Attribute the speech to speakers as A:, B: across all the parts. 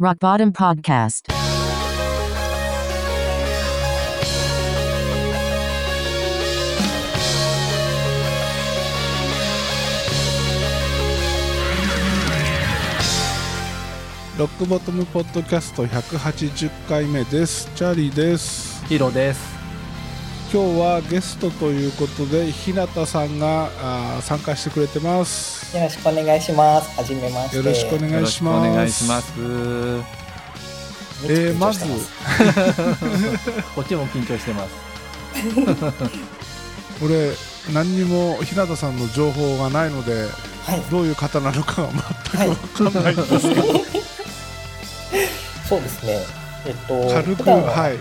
A: Rock Bottom Podcast.
B: ロックボトムポッドキャスト180回目です。チャーリーです。
C: ヒロです。
B: 今日はゲストということで、日向さんがあー参加してくれてます。
D: よろしくお願いします。はじめまして。
B: よろしくお
D: い
B: 願いします。
C: よろしくお願いします。
D: し
B: えーまず
C: こっちも緊張してます。
B: 俺、何にも日向さんの情報がないので、
D: はい、
B: どういう方なのかは
D: はい、
B: 全く分かんないんですけど、
D: そうですね。えっと、
B: 軽
D: 普
B: く、
D: 段は、
B: はい、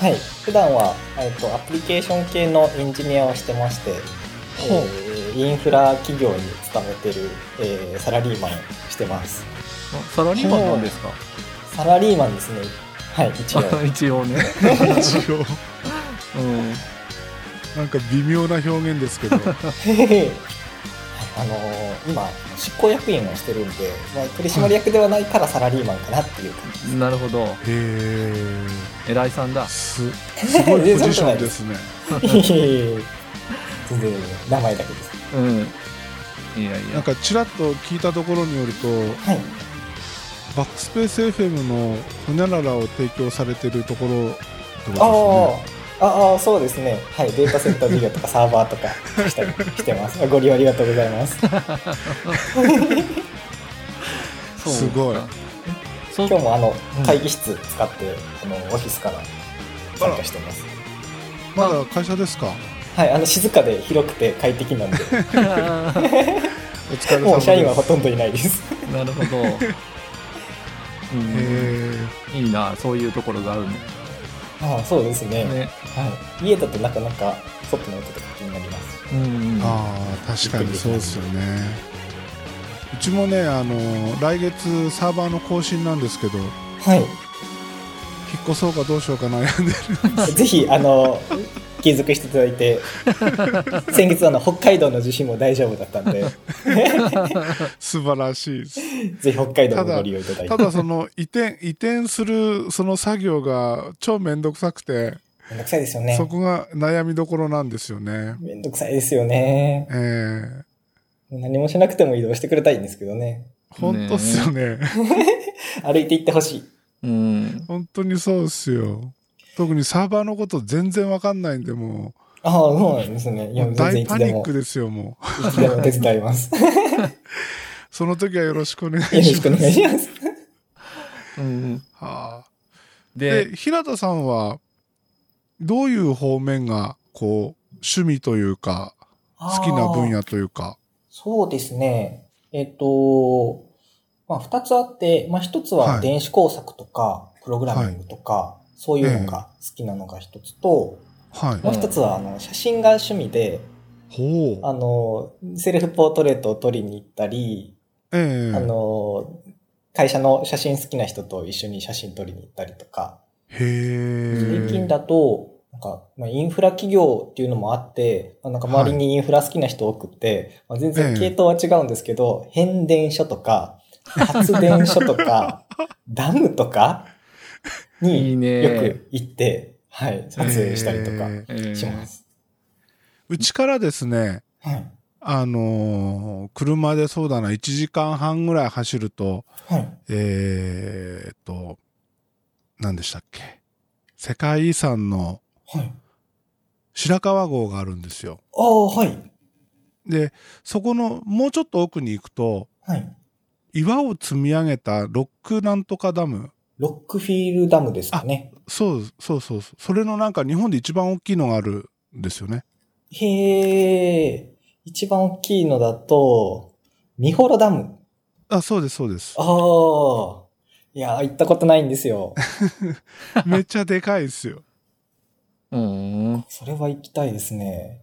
D: はい、普段は、えっと、アプリケーション系のエンジニアをしてまして、
B: ほう
D: えーインフラ企業に勤めてる、えーサラリーマンをしてます。
C: サラリーマンなんですか。
D: サラリーマンですね。はい、一応。
C: 一応ね。
B: 一応、
C: うん。
B: なんか微妙な表現ですけど、
D: はいあのー今、執行役員をしてるんで、まあ、取締役ではないからサラリーマンかなっていう感じです。
C: なるほど。
B: え
C: 偉いさんだ
B: ー、。すすごいポジションですね。
D: いえいえいえ全然、名前だけです。
C: うん。いやい
B: なん
C: や。
B: かちらっと聞いたところによると、
D: はい。
B: バックスペース FM のほにゃららを提供されてるところってことです
D: あ
B: ね
D: あああそうですねはいデータセンター事業とかサーバーとかしたりしてますあご利用ありがとうございます
C: そう
B: すごい
C: そう
D: 今日もあの
C: うん
D: 会議室使ってあのオフィスから参加してます
B: まだ会社ですか
D: はいあの静かで広くて快適なんで
B: お疲れ様です
D: もう社員はほとんどいないです
C: なるほど。うん。
B: へ
C: いいな、そういうところがあるね。
D: ああそうですね
C: ね。
D: はい、家だとなかなか外の音とか気になります
C: うん。
B: ーああ確かにそうですよねうちもねあの来月サーバーの更新なんですけど引っ
D: はい
B: 越そうかどうしようか悩んでる
D: ぜひあの継続していただい て先月あの北海道の地震も大丈夫だったん で
B: 素晴らしいです
D: ぜひ北海道もご利用いただいて
B: ただその移転移転するその作業が超めんどくさくて、
D: めんどくさいですよね
B: そこが悩みどころなんですよね
D: めんどくさいですよね。
B: ええー
D: 何もしなくても移動してくれたいんですけどね。
B: 本当っすよね。
D: 歩いて行ってほしい。
C: うん。
B: 本当にそうっすよ。特にサーバーのこと全然わかんないんで、も
D: ああ、そうなんですね。
B: う、
D: いや、
B: もう
D: 全然
B: 大
D: いつ
B: パ
D: で
B: ニッ
D: も、
B: クですよ、もう。
D: いつでも手伝います。よ
B: その時はよろしくお願い
D: ろ
B: し
D: しくお
B: ます。
D: 願いします。
C: うん。
B: はあ、
C: で、
B: で、平田さんは、どういう方面が、こう、趣味というか、好きな分
D: ああ。
B: 野というか。
D: そうですね。えっと、まあ、二つあって、まあ、一つは
B: はい
D: 電子工作とか、プログラミングとか、そういうのが好きなのが一つと、
B: はい。
C: え
D: もう一つは、あの、写真が趣味で、
B: ほう。
D: あの、セルフポートレートを撮りに行ったり、
B: ええ
D: あの、会社の写真好きな人と一緒に写真撮りに行ったりとか、
B: へ
D: 最近
B: え。
D: だと、なんか、まあ、インフラ企業っていうのもあって、あなんか周りにインフラ好きな人多くて、まあ、全
B: え
D: 然
B: え
D: 系統は違うんですけど、変電所とか、発電所と か、ダムとか
C: いい
D: に
C: ね
D: よく行って、はい、撮影したりとか
B: ええ
C: えー
D: します。
B: うちからですね、
D: はい。
B: あのー車でそうだな、1時間半ぐらい走ると、
D: はい。
B: えーっと、何でしたっけ。世界遺産の
D: はい。
B: 白川郷があるんですよ。
D: ああ、はい。
B: で、そこのもうちょっと奥に行くと、
D: はい。
B: 岩を積み上げたロックなんとかダム。
D: ロックフィールダムですかね。
B: そうそうそうそう。それのなんか日本で一番大きいのがあるんですよね。
D: へえ、一番大きいのだと、ミホロダム。
B: あ、そうですそう です。
D: ああ。いや、行ったことないんですよ。
B: めっちゃでかいですよ。
C: うん。
D: それは行きたいですね。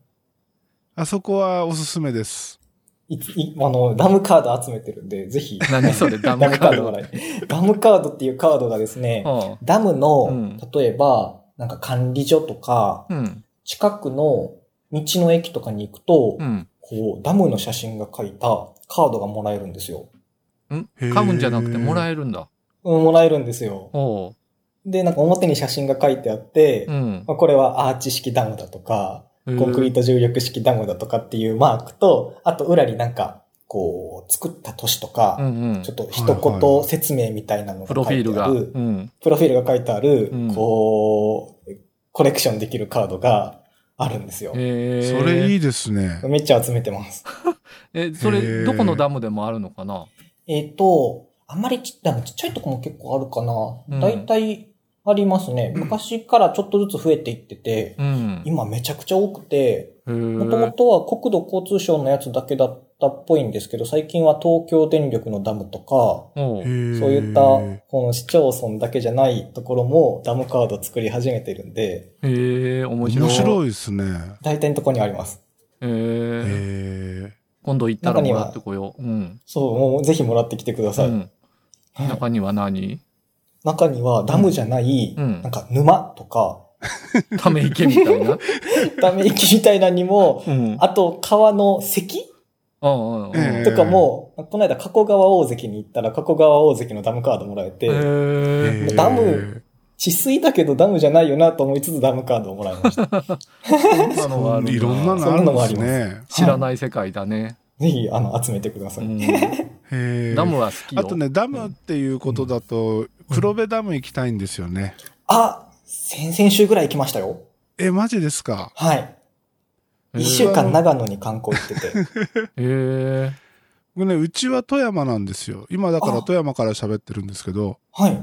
B: あそこはおすすめです。
D: いいあの、ダムカード集めてるんで、ぜひ。
C: 何それ、 ダ
D: ダム
C: ム
D: カ
C: カ
D: ー
C: ー
D: ド
C: ド
D: も。らい。ダムカードっていうカードがですね、
C: う
D: ダム
C: う
D: の
C: ん、
D: 例えば、なんか管理所とか、
C: んうん。
D: 近くの道の駅とかに行くと、
C: うん。
D: こう、ダムの写真が書いたカードがもらえるんですよ。
C: ん
B: へー
C: 噛むんじゃなくてもらえるんだ。
D: うんもらえるんですよ。
C: おう。
D: で、なんか表に写真が書いてあって、
C: うん。
D: まあ、これはアーチ式ダムだとか、コンクリート重力式ダムだとかっていうマークと、あと裏になんか、こう、作った都市とか、
C: うんうん
D: ちょっと一言説明みたいなのが
C: プ
D: 書
C: ロ
D: い
C: フィール
D: てあ
C: が。
D: る、
C: うん。
D: プロフィールが書いてある、
C: うん
D: こう、コレクションできるカードがあるんですよ。
C: え
B: それい
C: い。
B: いですね。
D: めっちゃ集めてます。
C: え、それ、どこのダムでもあるのかな
D: えっ、と、あんまりちっちゃいちっちゃいとこも結構あるか
C: うん
D: な。だいたいありますね。昔からちょっとずつ増えていってて、
C: うん。
D: 今めちゃくちゃ多くて、
C: へ
D: もとも
C: ー
D: とは国土交通省のやつだけだったっぽいんですけど、最近は東京電力のダムとか、
C: おう。
B: そう
D: そういった、この市町村だけじゃないところもダムカード作り始めてるんで、
C: へえ、面白い。
B: 面
C: い。
B: 白いですね。
D: 大体のとこにあります。
C: へえ。
B: え
C: 今度行ったらもらってこよう。うん。
D: そう、もうぜひもらってきてくだ
C: う
D: さい。
C: ん。
D: はい
C: 中には何
D: 中にはダムじゃない、
C: うん
D: なんか沼とか、
C: ため池みた いな。
D: ため池みたいなの にも、
C: うん。
D: あと川の堰
C: うんうんうん。
B: ええ
D: とかも、この間加古川大関に行ったら加古川大関のダムカードもらえて、
B: ー
C: へえ。
B: えー
D: ダム治水だけどダムじゃないよなと思いつつダムカードをもらいました。
C: そんなのがあるだ
B: いろんなのあるんですね。
C: 知らない世界だね。
D: ぜひ、あの、集めてくださ
C: う
D: い。
C: ん。
B: へー
C: ダムは好きよ。
B: あとね、ダムっていうことだと、黒部ダム行きたいんですよね。
D: あ、先々週ぐらい行きましたよ。
B: え、マジですか
D: はい。
C: へ
D: 一
C: ー
D: 週間長野に観光行ってて。
C: へえ。
B: 僕ね、うちは富山なんですよ。今だから
D: あ
B: 富山から喋ってるんですけど、
D: はい。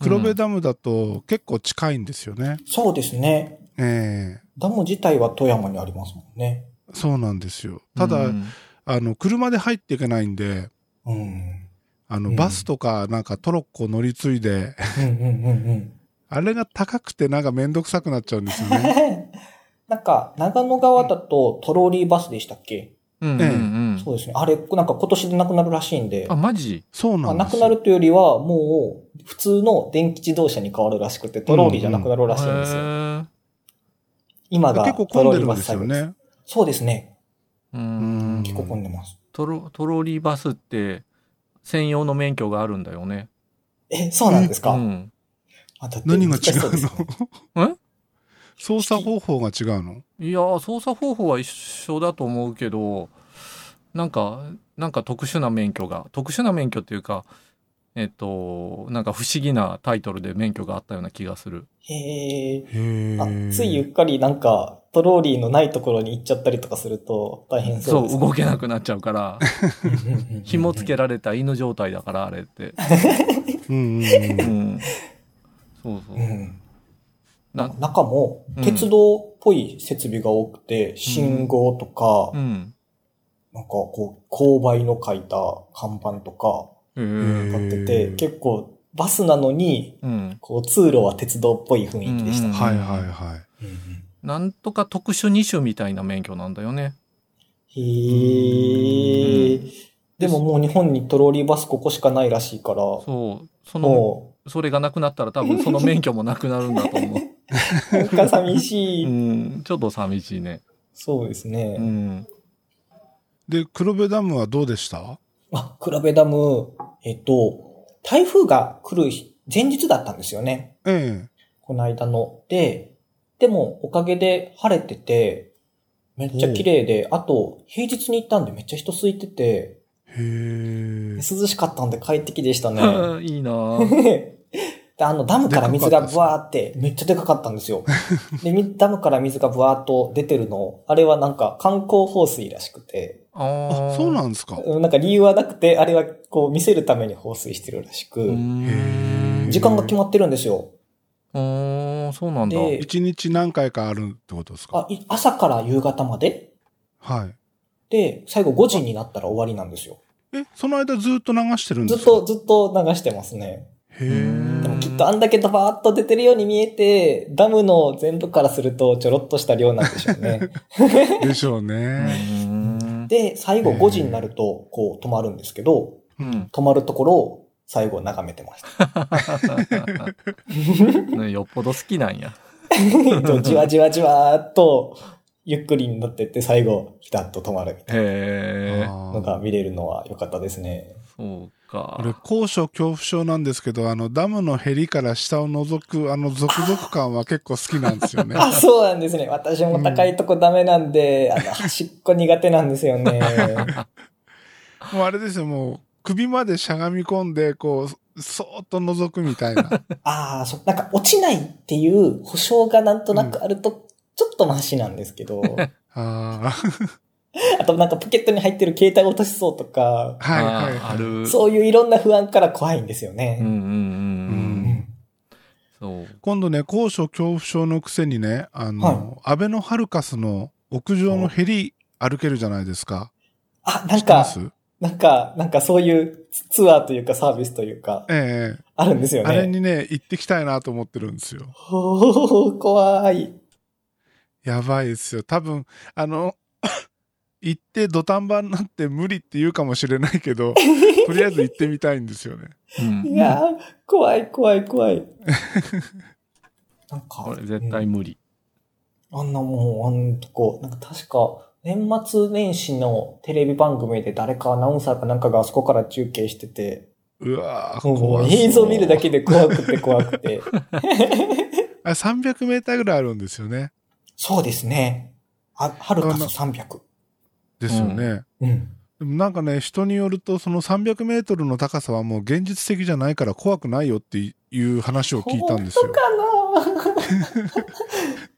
B: 黒部ダムだと結構近いんですよね。
D: そうですね。
B: ええ
D: ダム自体は富山にありますもんね。
B: そうなんですよ。ただ、
C: うん
B: あの、車で入っていけないんで、
D: うん。
B: あ
D: う
B: の、
D: ん
B: バスとかなんかトロッコ乗り継いで、
D: うんうんうん
B: あれが高くてなんかめんどくさくなっちゃうんですよ
D: う
B: ね。
D: ん。なんか、長野側だとトローリーバスでしたっけ、
C: うんうんう
D: そ
C: ん。
D: うですね。あれ、なんか今年でなくなるらしいんで。
C: あ、マジ
B: そう
D: ま
B: な
D: あ、
B: ん
D: な
B: です
D: く
B: よ。
D: なるというよりは、もう、普通の電気自動車に変わるらしくて、トローリーじゃなくなるらしいんですよ。
C: へー
D: 今が
B: 結構
D: ト
B: 混ん
D: ロー
B: で
D: リ
B: る
D: ー
B: ん
D: バ
B: で
D: ス
B: す
D: 最
B: よ
D: 後
B: ね。
D: そうですね。
C: う
B: うん
C: ん。
D: 結構混んでます。
C: トロ、トロリーバスって、専用の免許があるんだよね。
D: え、そうなんです
C: う
D: か、
C: ん。
D: あだって
B: 何が違
D: 難しそうで
B: う
D: すね
C: のえ
B: 操作方法が違うの
C: いやー、操作方法は一緒だと思うけど、なんか、なんか特殊な免許が、特殊な免許っていうか、えっと、なんか不思議なタイトルで免許があったような気がする。
D: へえ。
B: へ
D: あ
B: ー
D: ついゆっかりなんか、トローリーのないところに行っちゃったりとかすると大変そ
C: そ
D: うで
C: う、
D: す、
C: 動けなくなっちゃうから、
D: く
C: 紐付け
D: る。
C: られた犬状態だから、あれって。
B: うんうんうん
C: う ん。そうそう
D: う。ん。
C: な、
D: 中も
C: うん、
D: 鉄道っぽい設備が多くて、信号とか、
C: うん。
D: なんかこう、勾配の書いた看板とか、
C: へ
B: へ
C: え
B: ー
D: 買ってて、結構バスなのに、
C: うん。
D: こう通路は鉄道っぽい雰囲気でした。
C: うん
B: はいはいはい。
C: なんとか特殊二種みたいな免許なんだよね。
D: へ
C: うん
D: え。でももう日本にトローリーバスここしかないらしいから、
C: そう。その、
D: も
C: それがなくなったら多分その免許もなくなるんだと思う。
D: う、なんか寂し
C: う
D: い。
C: ん。ちょっと寂しいね。
D: そうです
C: う
D: ね。
C: ん。
B: で、黒部ダムはどうでした
D: あ、比べダム、えっと、台風が来る日前日だったんですよね。
B: え
D: この間の。で、でもおかげで晴れてて、めっちゃ綺麗で、あと平日に行ったんでめっちゃ人空いてて、
B: え。へえ。
D: 涼しかったんで快適でした ね。
C: いいなあ
D: で、あの、ダムから水がブワーって、めっちゃでかかったんですよ。 で、みダムから水がブワーっと出てるのを、あれはなんか観光放水らしくて、
C: あ
B: あ、そうなんんですか。
D: うんなんか理由はなくて、あれはこう見せるために放水してるらしく、
B: へー
D: 時間が決まってるんですよ。
C: おー、そうなんだ。
D: で
B: 一日何回かあるってことです
D: あ
B: か
D: い朝から夕方まで
B: はい。
D: で、最後5時になったら終わりなんですよ。
B: え、その間ずっと流してるん
D: ず
B: で
D: っ
B: すか
D: と、ずっと流してますね。
B: へ え
D: でも
C: うん
D: きっとあんだけドバーっと出てるように見えて、ダムの全部からするとちょろっとした量なんでしょうね。
B: でしょう
C: う
B: ね。
C: ん。
D: で、最
B: へ
D: 後
B: ー
D: 5時になると、こう止まるんですけど、
C: うん。
D: 止まるところを最後眺めてました。
C: ねよっぽど好きなんや。
D: じわじわじわーっと、ゆっくりになってって最後、ピタッと止まるみたい
C: へえ。
D: なのが見れるのは良かったですね。
C: そうか。
B: 俺、高所恐怖症なんですけど、あの、ダムのへりから下を覗く、あの、ゾクゾク感は結構好きなんですよね。
D: あ、そうなんですね。私も高いとこダメなんで、あの、端っこ苦手なんですよね。
B: もうあれですよ、もう、首までしゃがみ込んで、こう、そーっと覗くみたい な。
D: ああ、そう、なんか落ちないっていう保証がなんとなくあると、ちょっとマシなんですけど、
B: あ
D: あとなんかポケットに入ってる携帯落としそうとか
B: あ、、はいはい
C: あ
B: は
C: あ
B: い。
C: る。
D: そういういろんな不安から怖いんですよ
C: うんう
D: ね。
C: んうんうん。
D: うん
C: そう。
B: 今度ね、高所恐怖症のくせにね、あの、安倍のハルカスの屋上のヘリ歩けるじゃないですか。
D: あ、なん
B: 知ってま
D: か、
B: す
D: なんか、なんかそういうツアーというかサービスというか、
B: ええ
D: あるんですよね。
B: あれにね、行ってきたいなと思ってるんですよ。
D: ほー怖い。
B: やばいですよ。多分、あの、 行って土壇場になって無理って言うかもしれないけ ど、とりあえず行ってみたいんですよね。
C: うん
D: いやー、怖い怖い怖い。なんか、
C: これ絶対
D: うん
C: 無理。
D: あんなもう、あんとこ、なんか確か、年末年始のテレビ番組で誰かアナウンサーかなんかがあそこから中継してて、
B: うわぁ、
D: も
B: 怖
D: う
B: い。
D: 映像見るだけで怖くて怖くて。
B: あれ300メーターぐらいあるんですよね。
D: そうですね。あ、はるかさ300。
B: ですよね。
D: うん。
B: でもなんかね、人によると、その300メートルの高さはもう現実的じゃないから怖くないよっていう話を聞いたんですよ
D: 本。当かな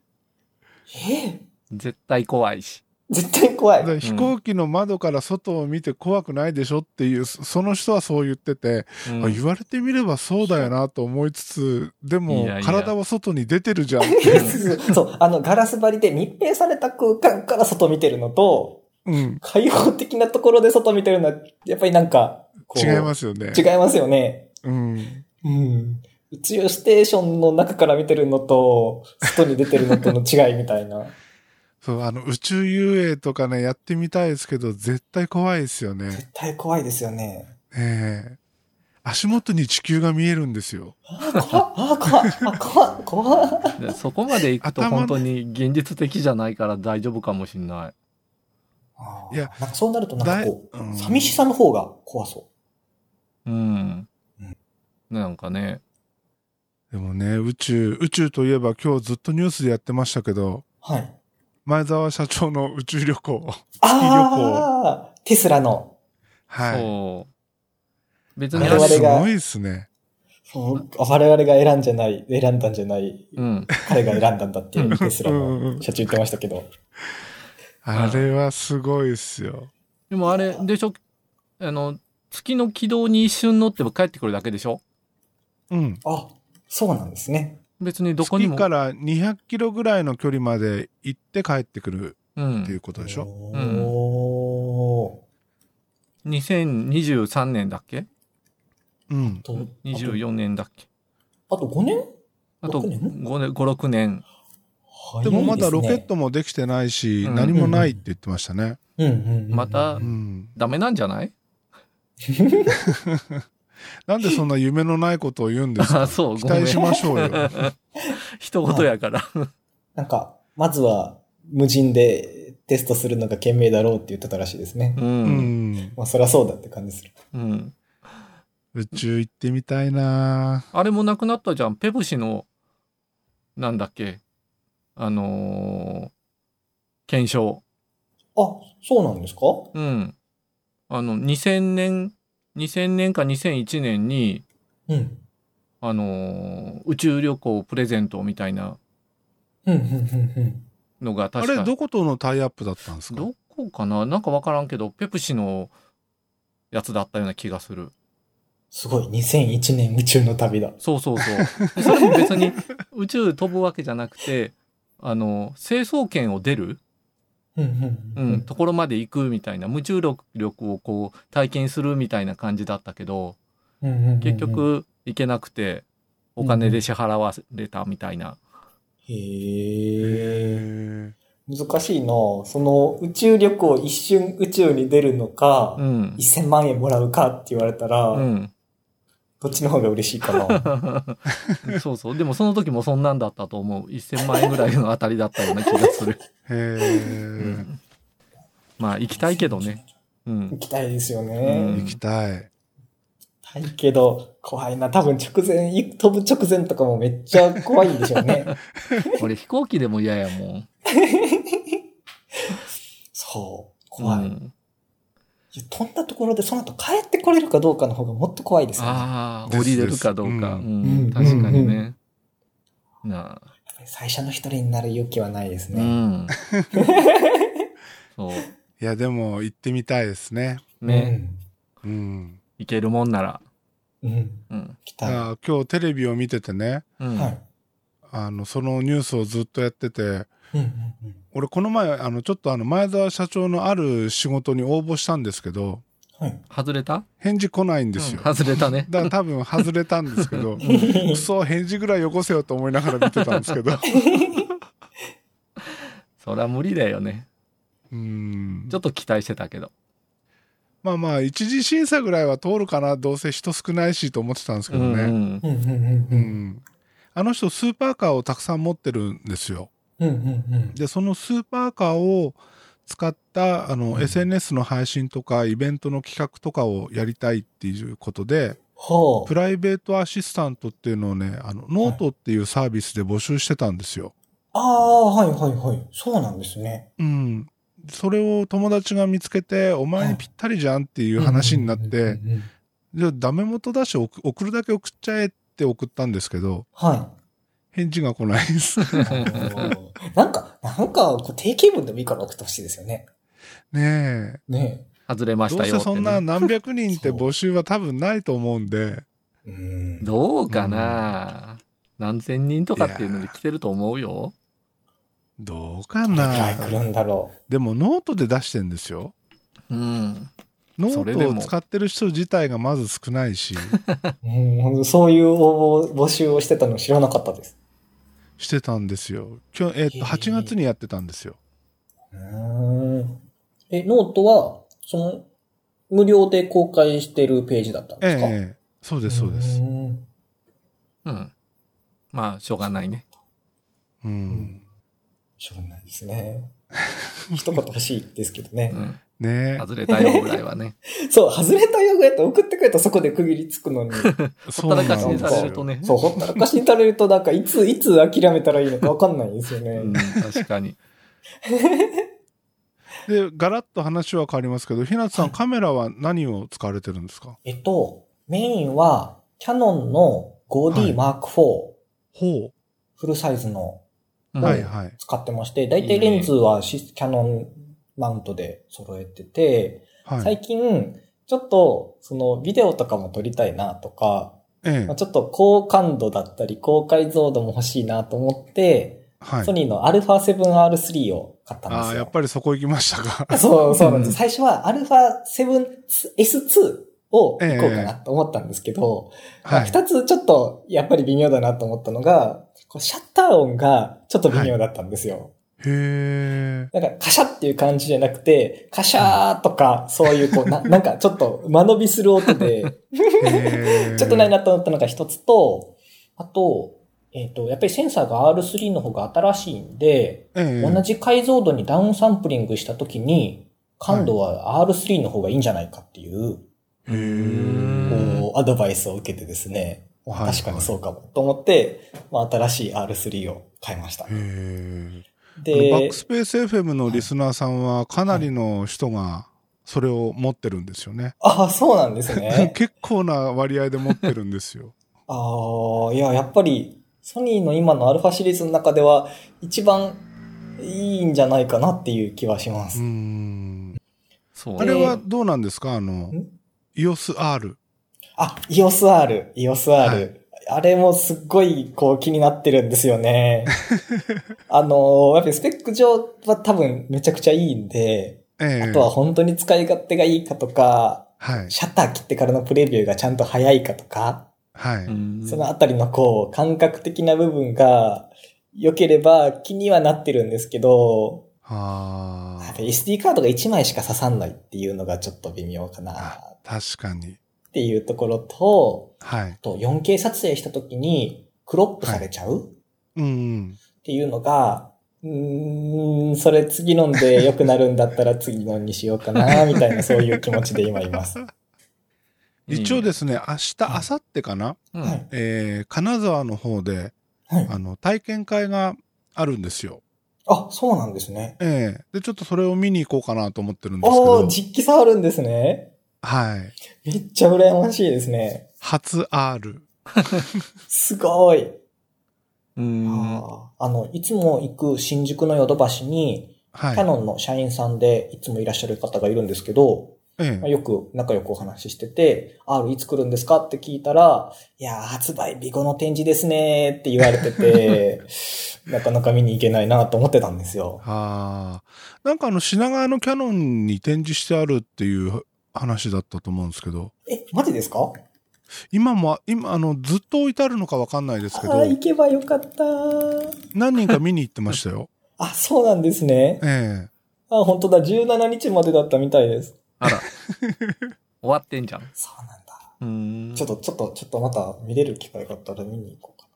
D: ええ
C: 絶対怖いし。
D: 絶対怖
B: だか
D: い。
B: ら飛行機の窓から外を見て怖くないでしょっていう、そその人はそう言ってて、
C: うん
B: あ言われてみればそうだよなと思いつつ、で
C: い
B: も
C: やいや
B: 体は外に出てるじゃんって。
D: そう、あの、ガラス張りで密閉された空間から外見てるのと、
B: うん、
D: 開放的なところで外見てるのは、やっぱりなんか、こう
B: 違いますよね。
D: 違いますよね。
B: うん。
D: うん。宇宙ステーションの中から見てるのと、外に出てるのとの違いみたい な。
B: そう、あの、宇宙遊泳とかね、やってみたいですけど、絶対怖いですよね。
D: 絶対怖いですよね。
B: ええ足元に地球が見えるんですよ。
D: あ、怖っあ、怖っあ、怖っ怖っ
C: でそこまで行くと
B: 頭の
C: 本当に現実的じゃないから大丈夫かもしれない。
D: あー
B: いや
D: なんかそうなるとなんかこ、
B: だいううん
D: 寂しさの方が怖そ
C: うん
D: う。
C: なんかね。
B: でもね、宇宙、宇宙といえば今日ずっとニュースでやってましたけど、
D: う。はい。
B: 前澤社長の宇宙旅行。
D: ああ、テスラの。
B: はい。
C: そう。別
B: あ
C: に
B: れ
C: あ
B: は
C: れ
B: す
D: 我々が
B: ごいですね。
D: そう我々が選んじゃない、選んだんじゃない、
C: うん。
D: 彼が選んだんだっていうテスラ
B: うんうんう
D: の
B: ん
D: 社長言ってましたけど。
B: あれはすごいですよ。
C: でもあれでしょあの、月の軌道に一瞬乗って帰ってくるだけでしょ
B: うん。
D: あ、そうなんですね。
C: 別にどこに
B: 月
C: も。
B: から200キロぐらいの距離まで行って帰ってくる
C: う
B: ってい
C: ん。
B: うことでしょ。
C: うん
D: お
C: 2023年だっけ
B: うん
D: ー。と
C: ?24 年だっけ
D: あと5年
C: あと
D: 六年
C: 5、6年。
D: 早
B: で
D: い
B: もまだロケ
D: で
B: ッ
D: すね
B: トもできてないし、
C: うん
B: 何もないって言ってましたね。
D: うんうんうんうん
C: また
B: うん。
C: ダメなんじゃない
B: なんでそんな夢のないことを言うんです
C: あ
B: か
C: そう、
B: 期
C: ごめん
B: 待。しましょう よ。
C: 一言やから。
D: なんか、まずは無人でテストするのが賢明だろうって言ってたらしいですね。
C: う。
B: うんん。
D: まあ、そりゃそうだって感じする。
C: うん。
B: 宇宙行ってみたいな
C: あれもなくなったじゃん。ペプシの、なんだっけ。あのー検証。
D: あ、そうなんですか
C: うん。あの、2000年、2000年か2001年に、
D: うん。
C: あのー宇宙旅行プレゼントみたいな
D: うん、うん、うん、うん。
C: のが
B: あ
C: 確か
B: れ、どことのタイアップだったんですか
C: どこかななんかわからんけど、ペプシのやつだったような気がする。
D: すごい、2001年宇宙の旅だ。
C: そうそうそう。 でそれも別に宇宙飛ぶわけじゃなくて、あの、成層圏を出る、
D: うん、う、
C: うん、
D: うんん。
C: ところまで行くみたいな、無重力力をこう体験するみたいな感じだったけど、
D: うんうんうんうん
C: 結、局行けなくて、お金で支払われたみたいな。
D: へえ。
B: へ
D: 難しいなその宇宙旅行一瞬宇宙に出るのか、
C: うん。
D: 1000万円もらうかって言われたら、
C: うん。
D: どっちの方が嬉しいか な
C: そうそう。でもその時もそんなんだったと思う。1000万円ぐらいの当たりだったような気がす る。
B: え。へ
C: んまあ行きたいけどね。う
D: 行
C: ん。
D: きたいですよ
C: う
D: ね
B: え。
C: ん。
B: 行きたい。
D: 怖いけど、怖いな。多分直前、飛ぶ直前とかもめっちゃ怖いんでしょう ね。
C: 俺飛行機でも嫌やもん。
D: そう、怖い。
C: う
D: い
C: ん
D: や飛んだところでその後帰ってこれるかどうかの方がもっと怖いですよね。
C: あ
B: で
C: あ、
B: す
C: 降りれるかどうか。
B: です
C: うん
D: うん
C: 確かにね。なあ。
D: 最初の一人になる勇気はないです
C: う
D: ね。
C: ん。そう。
B: いや、でも行ってみたいですね。
C: ね、
B: うん。
C: 行けるもんなら。
D: うん。うん。
C: うん。
D: 来
B: だ
D: た。は
B: から今日テレビを見ててね、
C: うん。
D: い。
B: あの、そのニュースをずっとやってて、
D: うんうんうん。
B: 俺この前、あの、ちょっとあの、前澤社長のある仕事に応募したんですけど、
D: はい。
C: 外れた
B: 返事来ないんですよ。
C: うん外れたね。
B: だから多分外れたんですけ ど、クソ返事ぐらいよこせよと思いながら見てたんですけど。
C: そりゃ無理だよね。
B: うん
C: ちょっと期待してたけど。
B: まあまあ、一次審査ぐらいは通るかな、どうせ人少ないしと思ってたんですけ
C: う
B: ど
C: ん、う
B: ね。
C: ん。
D: うんうん
B: う。
D: うんん
B: あの人、スーパーカーをたくさん持ってるんですよ。
D: うん。うんうんうん。
B: で、そのスーパーカーを使った、あの、
D: うん
B: SNS の配信とか、イベントの企画とかをやりたいっていうことで、
D: ほ
B: プライベートアシスタントっていうのをね、あの、ノートっていうサービスで募集してたんですよ。
D: ああ、はいはいはい。そうなんですね。
B: うん。それを友達が見つけて、お前にぴったりじゃんっていう話になっ
D: うん
B: て、
D: うんうんうん。
B: じゃあダメ元だし送送るだけ送っちゃえって送ったんですけど、
D: は
B: 返事が来ない です。
D: い。なんか、なんか、こう定型文でもいいから送ってほしいですよね。
B: ねえ。
D: ね
C: 外れまし
B: どう
C: たよ
B: せ
C: って、
B: そ
C: ね。
B: んな何百人って
D: そう
B: 募集は多分ないと思うんで、
D: え。うん。
C: どうかな、何千人とかっていうので来てると思うよ。
B: どうか
D: どれくらい
B: な
D: 来るんだろ
B: でもノートで出してんですよ。
C: うん。
B: ノ
C: それで
B: ー
C: も
B: トを使ってる人自体がまず少ない し、
D: う。うん、そういう応募、募集をしてたの知らなかったです。
B: してたんですよ。今日、えっ
D: へえ
B: と、8月にやってたんですよ。
D: うーん。え、ノートは、その、無料で公開してるページだったん
B: え
D: ですか、
B: えええ、そうです、そうです。
D: ん
C: うん。まあ、しょうがないね。
B: う
D: うんん。。しょうがないですね。 一言欲しいですけどね
C: う。ん。
B: ねえ。
C: 外れたよぐらいはね。
D: そう、外れたよぐらいと送ってくれたらそこで区切りつくのに。
C: ほったらかしにされると
B: ね。
C: ね。
D: そう、ほったらかしにされるとなんかいつ、いつ諦めたらいいのかわかんないですよね。
C: うん、確かに。
B: で、ガラッと話は変わりますけど、ひなつさん、カメラは何を使われてるんですか
D: えっと、メインは、キャノンの 5D Mark IV、
B: ほ
D: フルサイズの
C: う
B: う。
C: ん
B: はいはい。
D: 使ってまして、だいたいレンズはシスキャノンマウントで揃えてて、
B: はい。
D: 最近、ちょっと、その、ビデオとかも撮りたいなとか、
B: え
D: まあ
B: え。
D: ちょっと高感度だったり、高解像度も欲しいなと思って、
B: はい
D: ソ。ニーの α7R3 を買ったんで
B: あ
D: す
B: あ、
D: よ。
B: やっぱりそこ行きました か。
D: そう、そうなんで
C: うん
D: す。最初は α7S2 を行こうかなと思ったんですけど、まあ
B: はい。
D: 二、つちょっとやっぱり微妙だなと思ったのが、こうシャッター音がちょっと微妙だったんですよ。
B: へえ。
D: なんかカシャっていう感じじゃなくて、カシャーとか、そういうこう、ななんかちょっと間延びする音で、
B: へえ
D: ちょっとない。なと思ったのが一つと、あと、えっ、と、やっぱりセンサーが R3 の方が新しいんで、
B: ええ。
D: 同じ解像度にダウンサンプリングしたときに、感度は R3 の方がいいんじゃないかっていう、
B: へ
C: うん
B: え。
D: こう、アドバイスを受けてですね、
B: はい
D: 確かにそうかもと思って、まあ、新しい R3 を買いました
B: へ。え。バッ
D: で
B: ク、スペース FM のリスナーさんは、かなりの人が、それを持ってるんですよね。
D: ああ、そうなんですね。
B: 結構な割合で持ってるんです よ。
D: ああ、いや、やっぱり、ソニーの今の α シリーズの中では、一番いいんじゃないかなっていう気はしま
B: う
D: す。
B: ん。
C: そう
B: あ
C: ね
B: れはどうなんですかあの
D: ん、
B: EOSR。
D: あ、EOSR、EOSR。
B: はい
D: あれもすっごいこう気になってるんですよね。あのーやっぱりスペック上は多分めちゃくちゃいいんで、
B: ええ。
D: あとは本当に使い勝手がいいかとか、
B: はい。
D: シャッター切ってからのプレビューがちゃんと早いかとか、
B: はい。
C: うん
D: そのあたりのこう感覚的な部分が良ければ気にはなってるんですけど、
B: あ
D: やっ
B: ー
D: ぱり SD カードが1枚しか刺さんないっていうのがちょっと微妙かな
B: あ確かに。
D: っていうところと、
B: はい。
D: と 4K 撮影した時にクロップされちゃう
B: うんうん。
D: っていうのが、うーん、それ次のんで良くなるんだったら次のにしようかな、みたいなそういう気持ちで今います。
C: いいね
B: 一応ですね、明日、明後日かな、
C: うん
D: はい。
B: えー金沢の方で、
D: はい。
B: あの、体験会があるんですよ。
D: あ、そうなんですね。
B: ええで、ちょっとそれを見に行こうかなと思ってるんですけ
D: おー、
B: ど、
D: 実機触るんですね。
B: はい。
D: めっちゃ羨ましいですね。
B: 初 R。
D: すごい。
C: うん。
D: あーあの、いつも行く新宿のヨドバシに、
B: はい
D: キャ。ノンの社員さんでいつもいらっしゃる方がいるんですけど、
B: え
D: まあ
B: え
D: よく仲良くお話ししてて、R いつ来るんですかって聞いたら、いやー、発売日後の展示ですねーって言われて て、なかなか見に行けないなと思ってたんですよ。
B: あーなんかあの、品川のキャノンに展示してあるっていう話だったと思うんですけど、
D: え、マジですか
B: 今も、今、あの、ずっと置いてあるのかわかんないですけ
D: ああ、
B: ど、
D: 行けばよかったー。
B: 何人か見に行ってましたよ。
D: あ、そうなんですね。
B: え
D: あ、本当だ。17日までだったみたいです。
C: あら。終わってんじゃん。
D: そうなんだ。
C: うん。
D: ちょっと、ちょっと、ちょっとまた見れる機会があったら見に行こうか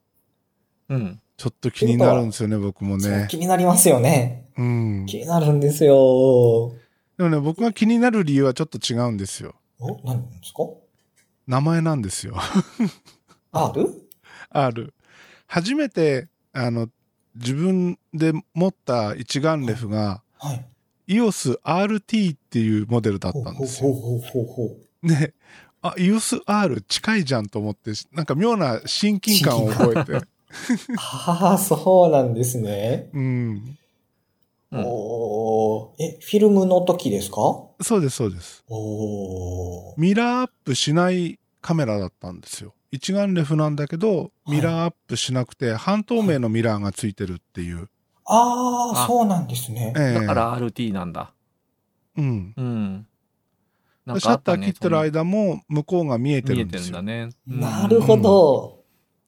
C: うん。
B: ちょっと気になるんですよね、僕も
D: な。 そう
B: ね。
D: 気になりますよね。
B: うん。
D: 気になるんですよ。お、
B: でもね、僕が気になる理由はちょっと違うんですよ。
D: 何ですか
B: 名前なんですよ。
D: ?R?
B: R。初めて、あの、自分で持った一眼レフが、
D: はい。
B: EOS RT っていうモデルだったんですよ。
D: ほうほうほうほう。
B: で、あ、EOS R 近いじゃんと思って、なんか妙な親近感を覚えて。
D: ああ、そうなんですね。
B: うん。
C: うん
D: おーえ、フィルムの時ですかお
B: そうです、そうです。
D: おー
B: ミラーアップしないカメラだったんですよ。一眼レフなんだけど、
D: はい
B: ミラーアップしなくて、半透明のミラーがついてるっていう。
D: ああ、
C: あ
D: そうなんですね。
B: ええ
C: だから RT なんだ。
B: うん。
C: うん。な
B: シャッター
C: ね
B: 切ってる間も向こうが見えて
C: 見
B: る
C: え
B: ん
C: て
B: で
C: る
B: す
C: んだ
B: よ。
C: ね。うん
D: なるほど。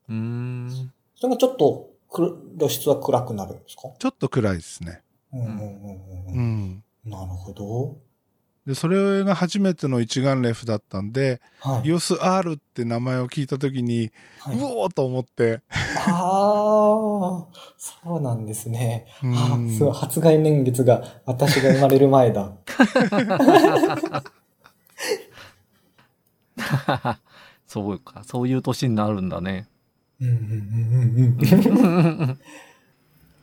C: うん。
D: それがちょっとくる、露出は暗くなるんですか
B: ちょっと暗いですね。
D: うんうんうんうん
B: う
D: うん。
B: ん。
D: なるほど。
B: で、それが初めての一眼レフだったんで、
D: はい。
B: EOSR って名前を聞いた時に、
D: はいう
B: おーと思って、
D: ああ、そうなんですね。
B: うん
D: あすごい、発売年月が私が生まれる前だ。
C: そうか。そういう年になるんだね。
D: うんうんうんうんうん。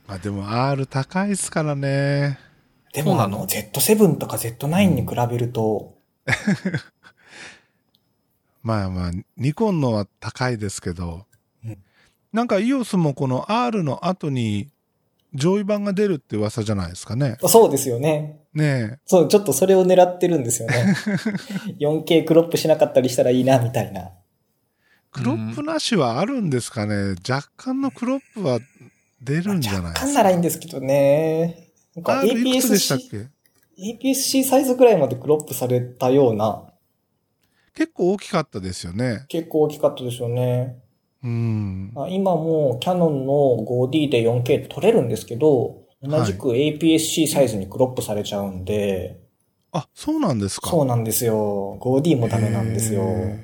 B: まあでも R 高いですからね。
D: で
C: そう
D: も
C: な
D: あ
C: の
D: の、Z7 とか Z9 に比べると、
B: まあまあ、ニコンのは高いですけど
D: うん、
B: なんか EOS もこの R の後に上位版が出るって噂じゃないですかね。
D: そうですよね。
B: ね
D: そう、ちょっとそれを狙ってるんです よね。4K クロップしなかったりしたらいいな、みたいな。
B: え。クロップなしはあるんですかね。若干のクロップは出るんじゃない
D: 若
B: です
D: 干
B: か。
D: ならいいんですけどね。なんか
B: R いくつでしたっ
D: APS-C、
B: け
D: APS-C サイズくらいまでクロップされたような、
B: 結構大きかったですよね。
D: 結構大きかったですよね。
B: うん。
D: あ今もキャノンの 5D で 4K って撮れるんですけど、同じく APS-C サイズにクロップされちゃうんで、
B: あ、そうなんですか。
D: そうなんですよ。5D もダメなんですよ。
B: へー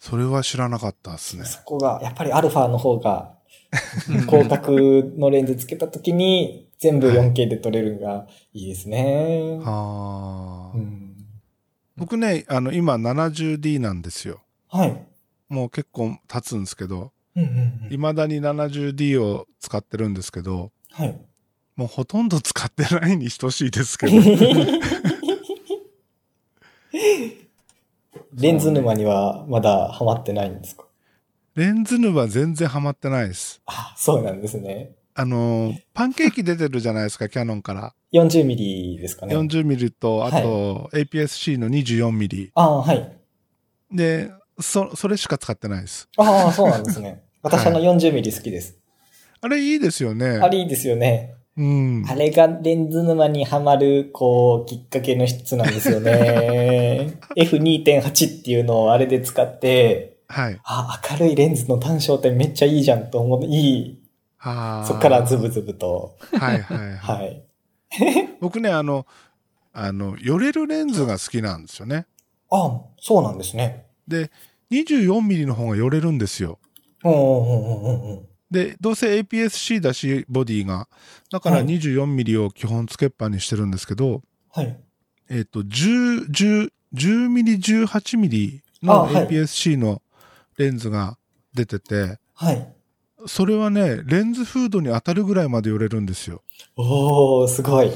B: それは知らなかったですね。
D: そこが、やっぱりアルファの方が
C: うん
D: 広角のレンズつけたときに、全部 4K で撮れるのがいいですね。
B: ああ、
D: うん
B: 僕ね、あの、今 70D なんですよ。
D: はい。
B: もう結構経つんですけど、
D: うんうんうん
B: 未だに 70D を使ってるんですけど、
D: はい。
B: もうほとんど使ってないに等しいですけど。
D: レンズ沼にはまだハマってないんですか
B: レンズ沼全然ハマってないです。
D: あ、そうなんですね。
B: あのー、パンケーキ出てるじゃないですか、キャノンから。
D: 40ミリですかね。
B: 40mm と、あと APS-C の 24mm。
D: ああ、はい。
B: で、そ、それしか使ってないです。
D: ああ、そうなんですね。私あの40ミリ好きです。
B: あれいいですよね
D: あ。れいいですよね。
B: うん。
D: あれがレンズ沼にはまる、こう、きっかけの一つなんです よね。F2.8 っていうのをあれで使って、
B: はい。
D: あ、明るいレンズの単焦点めっちゃいいじゃんと思う、いい。
B: あー
D: そっからズブズブと。
B: はいはいはい。
D: はい。
B: 僕ね、あの、あの、寄れるレンズが好きなんですよね。
D: あ、そうなんですね。
B: 24ミリの方が寄れるんですよ。
D: うんうんうんうんうん。
B: で、どうせ APS-C だし、ボディが。だから
D: はい
B: 24ミリを基本つけっぱにしてるんですけど、
D: はい。
B: えっ、と、10、10、10ミリ、18ミリ
D: あ
B: の
D: はい
B: APS-C のレンズが出てて、
D: はい。
B: それはね、レンズフードに当たるぐらいまで寄れるんですよ。
D: おー、すごい。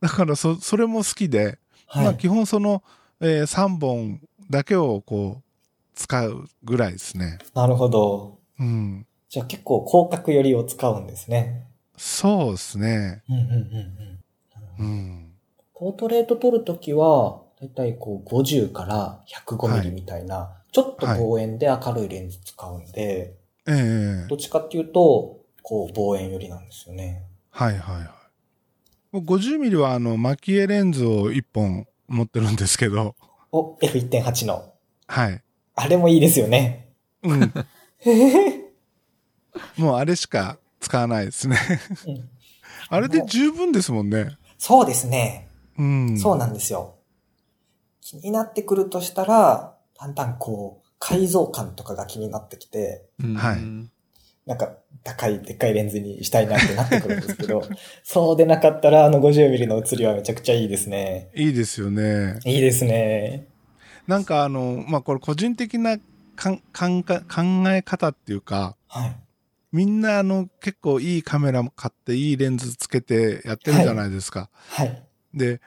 B: だからそ、それも好きで、
D: は
B: まあ
D: い。
B: 基本その、え3本だけをこう、使うぐらいですね。
D: なるほど。
B: うん。
D: じゃあ結構広角寄りを使うんですね。
B: そうですね。
D: うんうんうんう
B: う
D: ん。
B: ん。
D: ポートレート撮るときは、だいたいこう50から105ミリみたいな、ちょっと望遠で明るいレンズ使うんで、
B: ええ
D: どっちかっていうと、こう望遠寄りなんですよね。
B: はいはいはい。もう50ミリはあの、巻き絵レンズを1本持ってるんですけど、
D: お、F1.8 の。
B: はい。
D: あれもいいですよね。
B: うん。
D: うん
B: もうあれしか使わない ですね。あれで十分ですもんね。
D: そうですね。
B: うん。
D: そうなんですよ。気になってくるとしたら、だんだんこう、改造感とかが気になってきて、
C: うん
B: はい
D: なんか、高い、でっかいレンズにしたいなってなってくるんです けど、そうでなかったら、あの50ミリの写りはめちゃくちゃいいですね。
B: いいですよね。
D: いいですね。
B: なんかあの、まあ、これ個人的なかんかんか考え方っていうか、
D: はい。
B: みんなあの結構いいカメラ買っていいレンズつけてやってるじゃないですか。
D: はい。
B: で、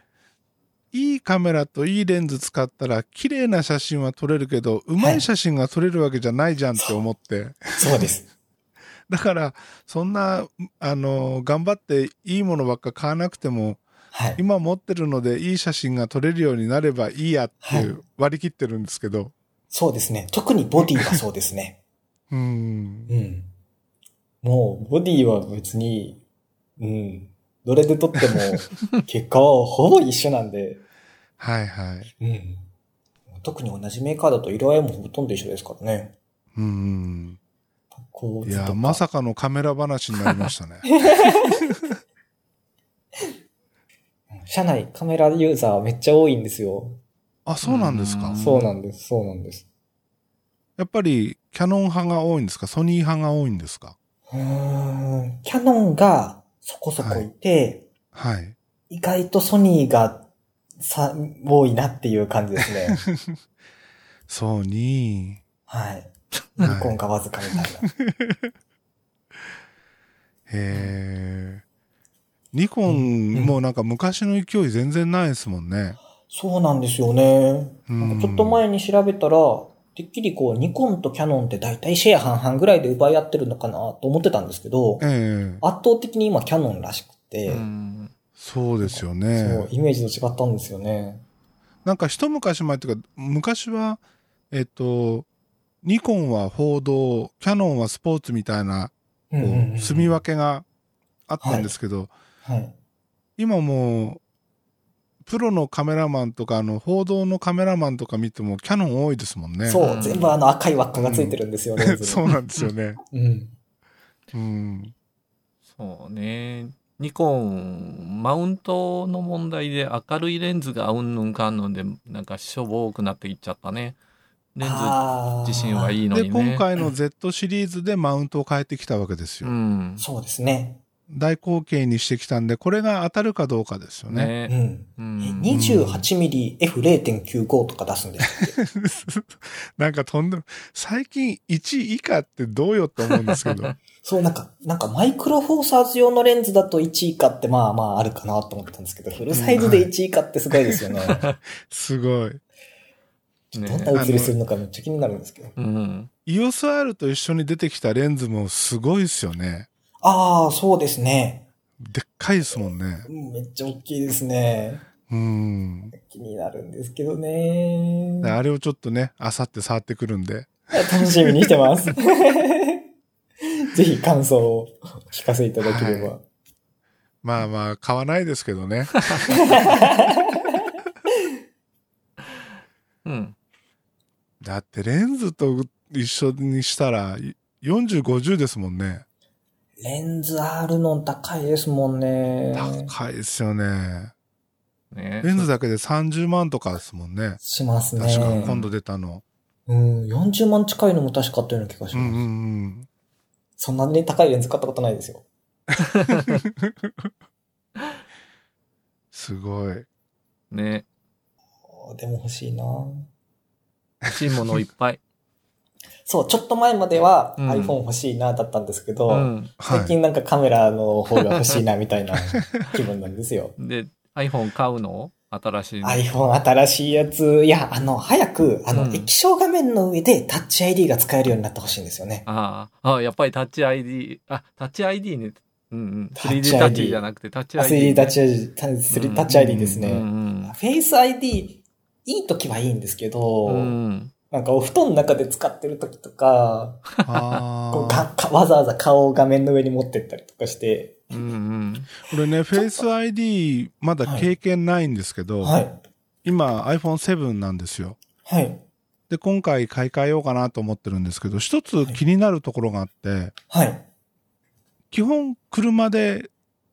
B: いいカメラといいレンズ使ったら綺麗な写真は撮れるけど、うまい写真が撮れるわけじゃないじゃんって思って。
D: そうです。
B: だから、そんな、あの、頑張っていいものばっか買わなくても、
D: はい。
B: 今持ってるのでいい写真が撮れるようになればいいやっていう割り切ってるんですけど、
D: そうですね。特にボディはそうですね。
B: うん。
D: うん。もう、ボディは別に、うん。どれで撮って も、結果はほぼ一緒なんで、
B: はいはい。
D: うん。特に同じメーカーだと色合いもほとんど一緒ですからね。
B: うん。
D: こう
B: いや、まさかのカメラ話になりましたね。
D: 社内カメラユーザーめっちゃ多いんですよ。
B: あ、そうなんですか
C: うん。
D: そうなんです、そうなんです。
B: やっぱり、キャノン派が多いんですかソニー派が多いんですか
D: うーん。キャノンがそこそこいて、
B: はい。
D: 意外とソニーがさ多いなっていう感じですね。
B: そうに、
D: はい。
B: はい
D: ニコンがわずかみたいな。
B: へえ。ニコンもなんか昔の勢い全然ないですもんね。
D: そうなんですよね。
B: うん
D: なんかちょっと前に調べたら、てっきりこう、ニコンとキャノンって大体シェア半々ぐらいで奪い合ってるのかなと思ってたんですけど、
B: ええ
D: 圧倒的に今キャノンらしくて、
C: うん
B: そうですよ
D: そう
B: ね、。
D: イメージと違ったんですよね。
B: なんか一昔前っていうか、昔は、えっと、ニコンは報道、キャノンはスポーツみたいな、
D: う
B: こ
D: んうんうん
B: う、住み分けがあったんですけど、
D: はい。
B: 今もう、プロのカメラマンとか、あの、報道のカメラマンとか見ても、キャノン多いですもんね。
D: そうう、
C: ん
D: 全部あの赤い輪っかがついてるんですよ、レンズに
B: そうなんですよ ね。
D: うん。。
B: うん。
C: そうね。ニコン、マウントの問題で明るいレンズがうんぬんかんぬんで、なんかしょぼくなっていっちゃったね。レンズ自身はいいいの
B: で
C: にね。
B: 今回の Z シリーズでマウントを変えてきたわけです
C: う
B: よ、
C: ん。
D: そうですね。
B: 大口径にしてきたんでこれが当たるかどうかですよね
D: う
C: ね。
D: ん。
C: う
D: え
C: ん。
D: 28mmF0.95 とか出すんです。
B: なんかとんでも最近1以下ってどうよって思うんですけど
D: そう、なんか、なんかマイクロフォーサーズ用のレンズだと1以下ってまあまああるかなと思ったんですけど、フルサイズで1以下ってすごいですよね。
B: すごい
D: どん
C: ね
D: な写りするのかめっちゃ気になるんですけど。
C: うん。
B: EOSR と一緒に出てきたレンズもすごいですよね
D: ああ、そうですね。
B: でっかいですもんね
D: うんめっちゃ大きいですね。
B: うんで
D: 気になるんですけどね。
B: あれをちょっとねあさって触ってくるんで
D: 楽しみにしてます。 ぜひ感想をお聞かせいただければ。
B: まあまあ買わないですけど ね
C: うん。
B: だってレンズと一緒にしたら4050ですもんね
D: レンズ R の高いですもんね。
B: 高いですよね。
C: ね。
B: レンズだけで30万とかですもんね。
D: しますね。
B: 確か今度出たの。
D: うん、40万近いのも確かあったような気がし
B: う
D: ます。
B: んうんうん。
D: そんなに高いレンズ買ったことないですよ。
B: すごい。
C: ね。
D: あーでも欲しいな
C: 欲しいものをいっぱい。
D: そう、ちょっと前までは
C: うん
D: iPhone 欲しいな、だったんですけど、
C: うん。
B: は
D: 最
B: い。
D: 近なんかカメラの方が欲しいな、みたいな気分なんですよ。
C: で、iPhone 買うの新しいの。
D: iPhone 新しいやつ、いや、あの、早く、あの、
C: うん
D: 液晶画面の上でタッチ ID が使えるようになってほしいんですよね。
C: ああ、ああやっぱりタッチ ID、あ、タッチ ID ね。うんうん。
D: タッ
C: 3D
D: チ
C: タ
D: ID
C: ッチじゃなくてタッチ ID ね。
D: 3D タッチ ID、タ3タッチ ID ですね。
C: うんうん
D: フェイス ID、いい時はいいんですけど、
C: うん。
D: なんかお布団の中で使ってる時とか、こう
B: ああ。
D: かかわざわざ顔を画面の上に持ってったりとかして、
C: うんうん。
B: 俺ね、フェイス ID まだ経験ないんですけど、
D: はい。
B: 今 iPhone7 なんですよ。
D: はい。
B: で、今回買い替えようかなと思ってるんですけど、一つ気になるところがあって、
D: はい。
B: 基本車で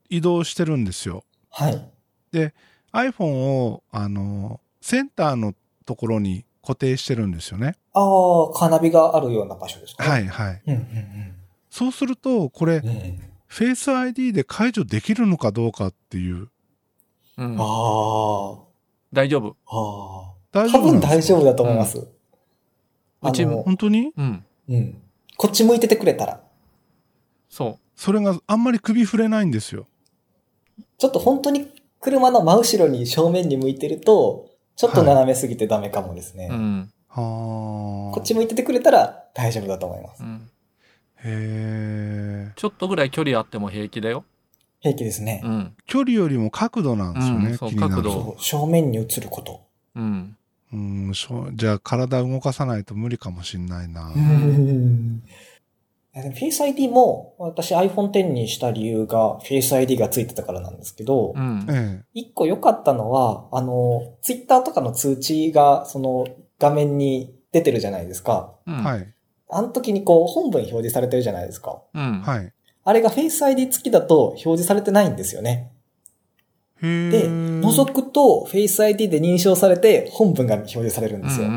B: 移動してるんですよ。
D: はい。
B: iPhone を、あの、センターのところに固定してるんですよね。
D: ああ、カーナビがあるような場所ですか、。
B: はいいはい。
D: うんうん
B: そうすると、これ
D: うん。、うん、
B: フェイス ID で解除できるのかどうかっていう。
C: うん
D: あ、あ、
C: 大丈夫。
D: ああ。
B: 大
D: 多
B: なん
D: 分
B: ですか
D: 大丈夫だと思います。
C: うんうちも
B: 本当に
C: うん。
D: うん。こっち向いててくれたら。
C: そ
B: それがあんまり首触れないんですよ。
D: ちょっと本当に車の真後ろに正面に向いてると、ちょっと斜めすぎてダメかもですね。
C: う。うん。
B: はあ。
D: こっち向いててくれたら大丈夫だと思います
C: う。ん。
B: へえ。
C: ちょっとぐらい距離あっても平気だよ。
D: 平気ですね
C: う。ん。
B: 距離よりも角度なんですよね。
C: うんそう
B: 気になる
C: 角度
D: そう、正面に映ること。
C: うん。
B: うん、しょじゃあ体動かさないと無理かもしんないな。
C: ん
D: いやでも Face ID も、私 iPhone X にした理由が Face ID がついてたからなんですけど
C: う、ん。
B: え
D: 一個良かったのは、あの、Twitter とかの通知が、その、画面に出てるじゃないですか。
C: う
B: え。
C: ん。。
B: はいい。
D: あの時にこう、本文表示されてるじゃないですか。
C: うん。い。
B: はい。
D: あれが Face ID 付きだと表示されてないんですよね。
B: へえ。
D: で、覗くと Face ID で認証されて本文が表示されるん
C: う
D: で
C: ん
D: す
C: う
D: よ。
C: ん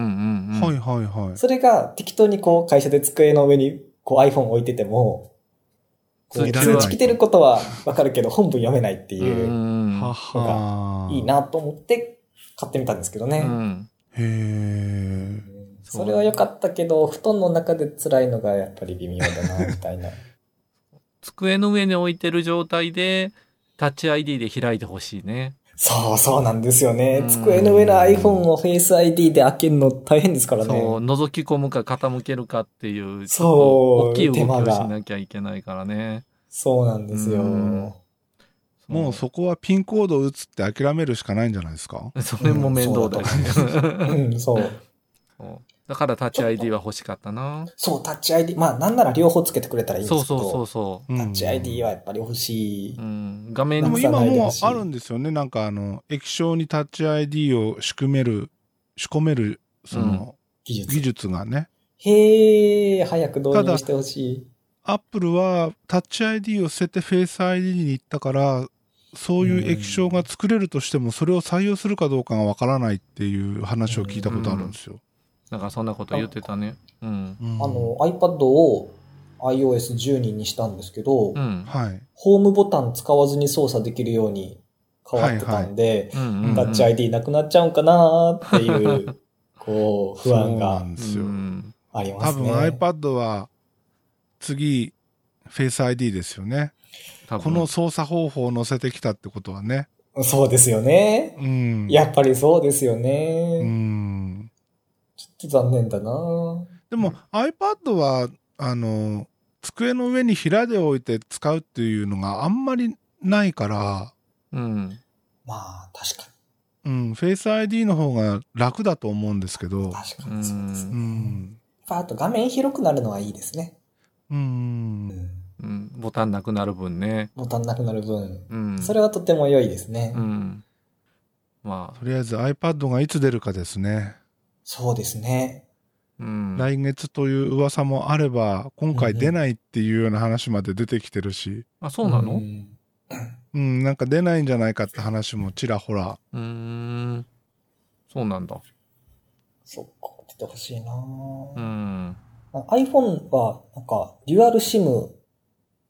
C: うん。
B: はいはいはい。
D: それが適当にこう会社で机の上にこう iPhone 置いてても、こう
C: 通知
D: 通
C: は
D: 知来てることはわかるけど本文読めないって
C: て
D: いう、
C: ん。
B: はは。
D: いい。なと思って買ってみたんですけど
C: う
D: ね。
C: ん。
B: へえ。
D: それは良かったけど、布団の中で辛いのがやっぱり微妙だな、みたいな。
C: 机の上に置いてる状態で、タッチ ID で開いてほしいね。
D: そうそうなんですよね
C: う。ん
D: 机の上の iPhone を Face ID で開けるの大変ですからね。
C: そう、覗き込むか傾けるかっていう、ち
D: そ
C: ょっと大
D: う
C: きい動き
D: 手間
C: を
D: が
C: しなきゃいけないからね。
D: そうなんですよ。
C: うん
B: もうそこはピンコード打つって諦めるしかないんじゃないですか
C: う。 それも面倒だよね。
D: うん、そう。
C: そうだからタッチ ID は欲しかったな。
D: そう、タッチ ID。まあ、なんなら両方つけてくれたらいいんで
C: そう
D: すけ
C: そ
D: ど。
C: うそうそう。
B: うん
D: タッチ ID はやっぱり欲しい。
C: うん、画
B: で
C: 面
B: も
C: に、
B: 今もうあるんですよね。なんかあの、液晶にタッチ ID を仕組める、仕込める、その、
D: 技術。
B: 技術がね。
D: へえ、早く導入してほしい。
B: アップルはタッチ ID を捨ててフェイス ID に行ったから、そういう液晶が作れるとしても、それを採用するかどうかがわからないっていう話を聞いたことあるんですよ。
C: なんかそんなこと言ってたね。うん。
B: うん
D: あの、iPad を iOS12 にしたんですけど、
C: うん。
B: はい。
D: ホームボタン使わずに操作できるように変わってたんで、
C: うん
B: はい
C: うん
B: は
D: タッチ ID なくなっちゃうんかなーって いう、こう、不安
B: そうな
D: が
B: んですよ。
C: うん
D: ありま
B: 多
D: す
B: 分
D: ね。
B: iPad は次、フェイス ID ですよね。
C: 多分
B: この操作方法を載せてきたってことはね。
D: そうですよね。
B: うん。
D: やっぱりそうですよね。
B: うん。
D: ちょっと残念だなぁ
B: でも、
C: うん
B: iPad は、あの、机の上に平で置いて使うっていうのがあんまりないから、
C: うん。
D: まあ、確か
B: うん、フェイス ID の方が楽だと思うんですけど
D: に。、確かにそうですね。
B: う
D: やっ
B: ん。
D: ぱあと画面広くなるのはいいですね。
B: うん。
C: うん。ボタンなくなる分ね。
D: ボタンなくなる分。
C: うん。
D: それはとても良いですね。
C: うん。まあ、
B: とりあえず iPad がいつ出るかですね。
D: そうですね。
C: うん。
B: 来月という噂もあれば、今回出ないっていうような話まで出てきてるし、
C: あ、そうなの
D: ん
B: うん、なんか出ないんじゃないかって話もちらほら。
C: うーん。そうなんだ。
D: そっか、出てほしいな
C: う
D: ぁ
C: ん。
D: iPhone は、なんか、デュアルシム、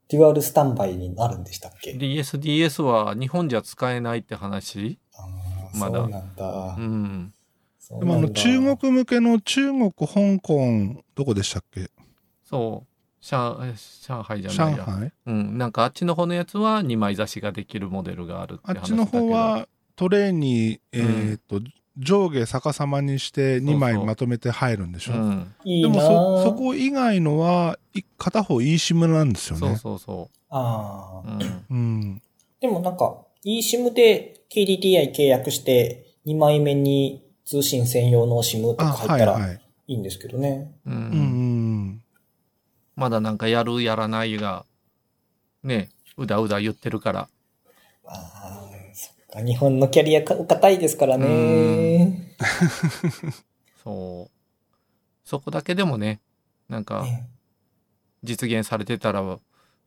D: デュアルスタンバイになるんでしたっけ
C: DSDS は日本じゃ使えないって話
D: あー
C: まだ
D: そうなんだ。
C: うん。
D: そう
B: でもあ
D: な
B: の
D: んだ
B: 中国向けの中国、香港、どこでしたっけ
C: そう上上海じゃない
B: 上
C: や
B: 海
C: うん、なんかあっちの方のやつは2枚差しができるモデルがあるって
B: あ
C: 話だ
B: っ
C: け
B: ち
C: ど
B: の方はトレーに、えーっと、上下逆さまにして2枚
C: そうそう
B: まとめて入るんでしょ。
C: うん、
D: いい
B: で
D: な
B: もそ、
D: ぁ
B: そこ以外のは、い片方 eSIM なんですよね。
C: そうそうそ
D: あ
C: う、う
D: あ。
C: ん、
B: うん。
D: でもなんか、eSIM で KDDI 契約して、2枚目に通信専用の SIM と
B: あ、
D: か入
B: は
D: っ
B: い
D: た
B: は
D: ら
B: い。
D: いいんですけどね。
C: うん
B: うんうん。
C: まだなんかやるやらないがねうだうだ言ってるから
D: あーそっか日本のキャリアか硬いですからね。
C: そうそこだけでもねなんか
D: ね
C: 実現されてたら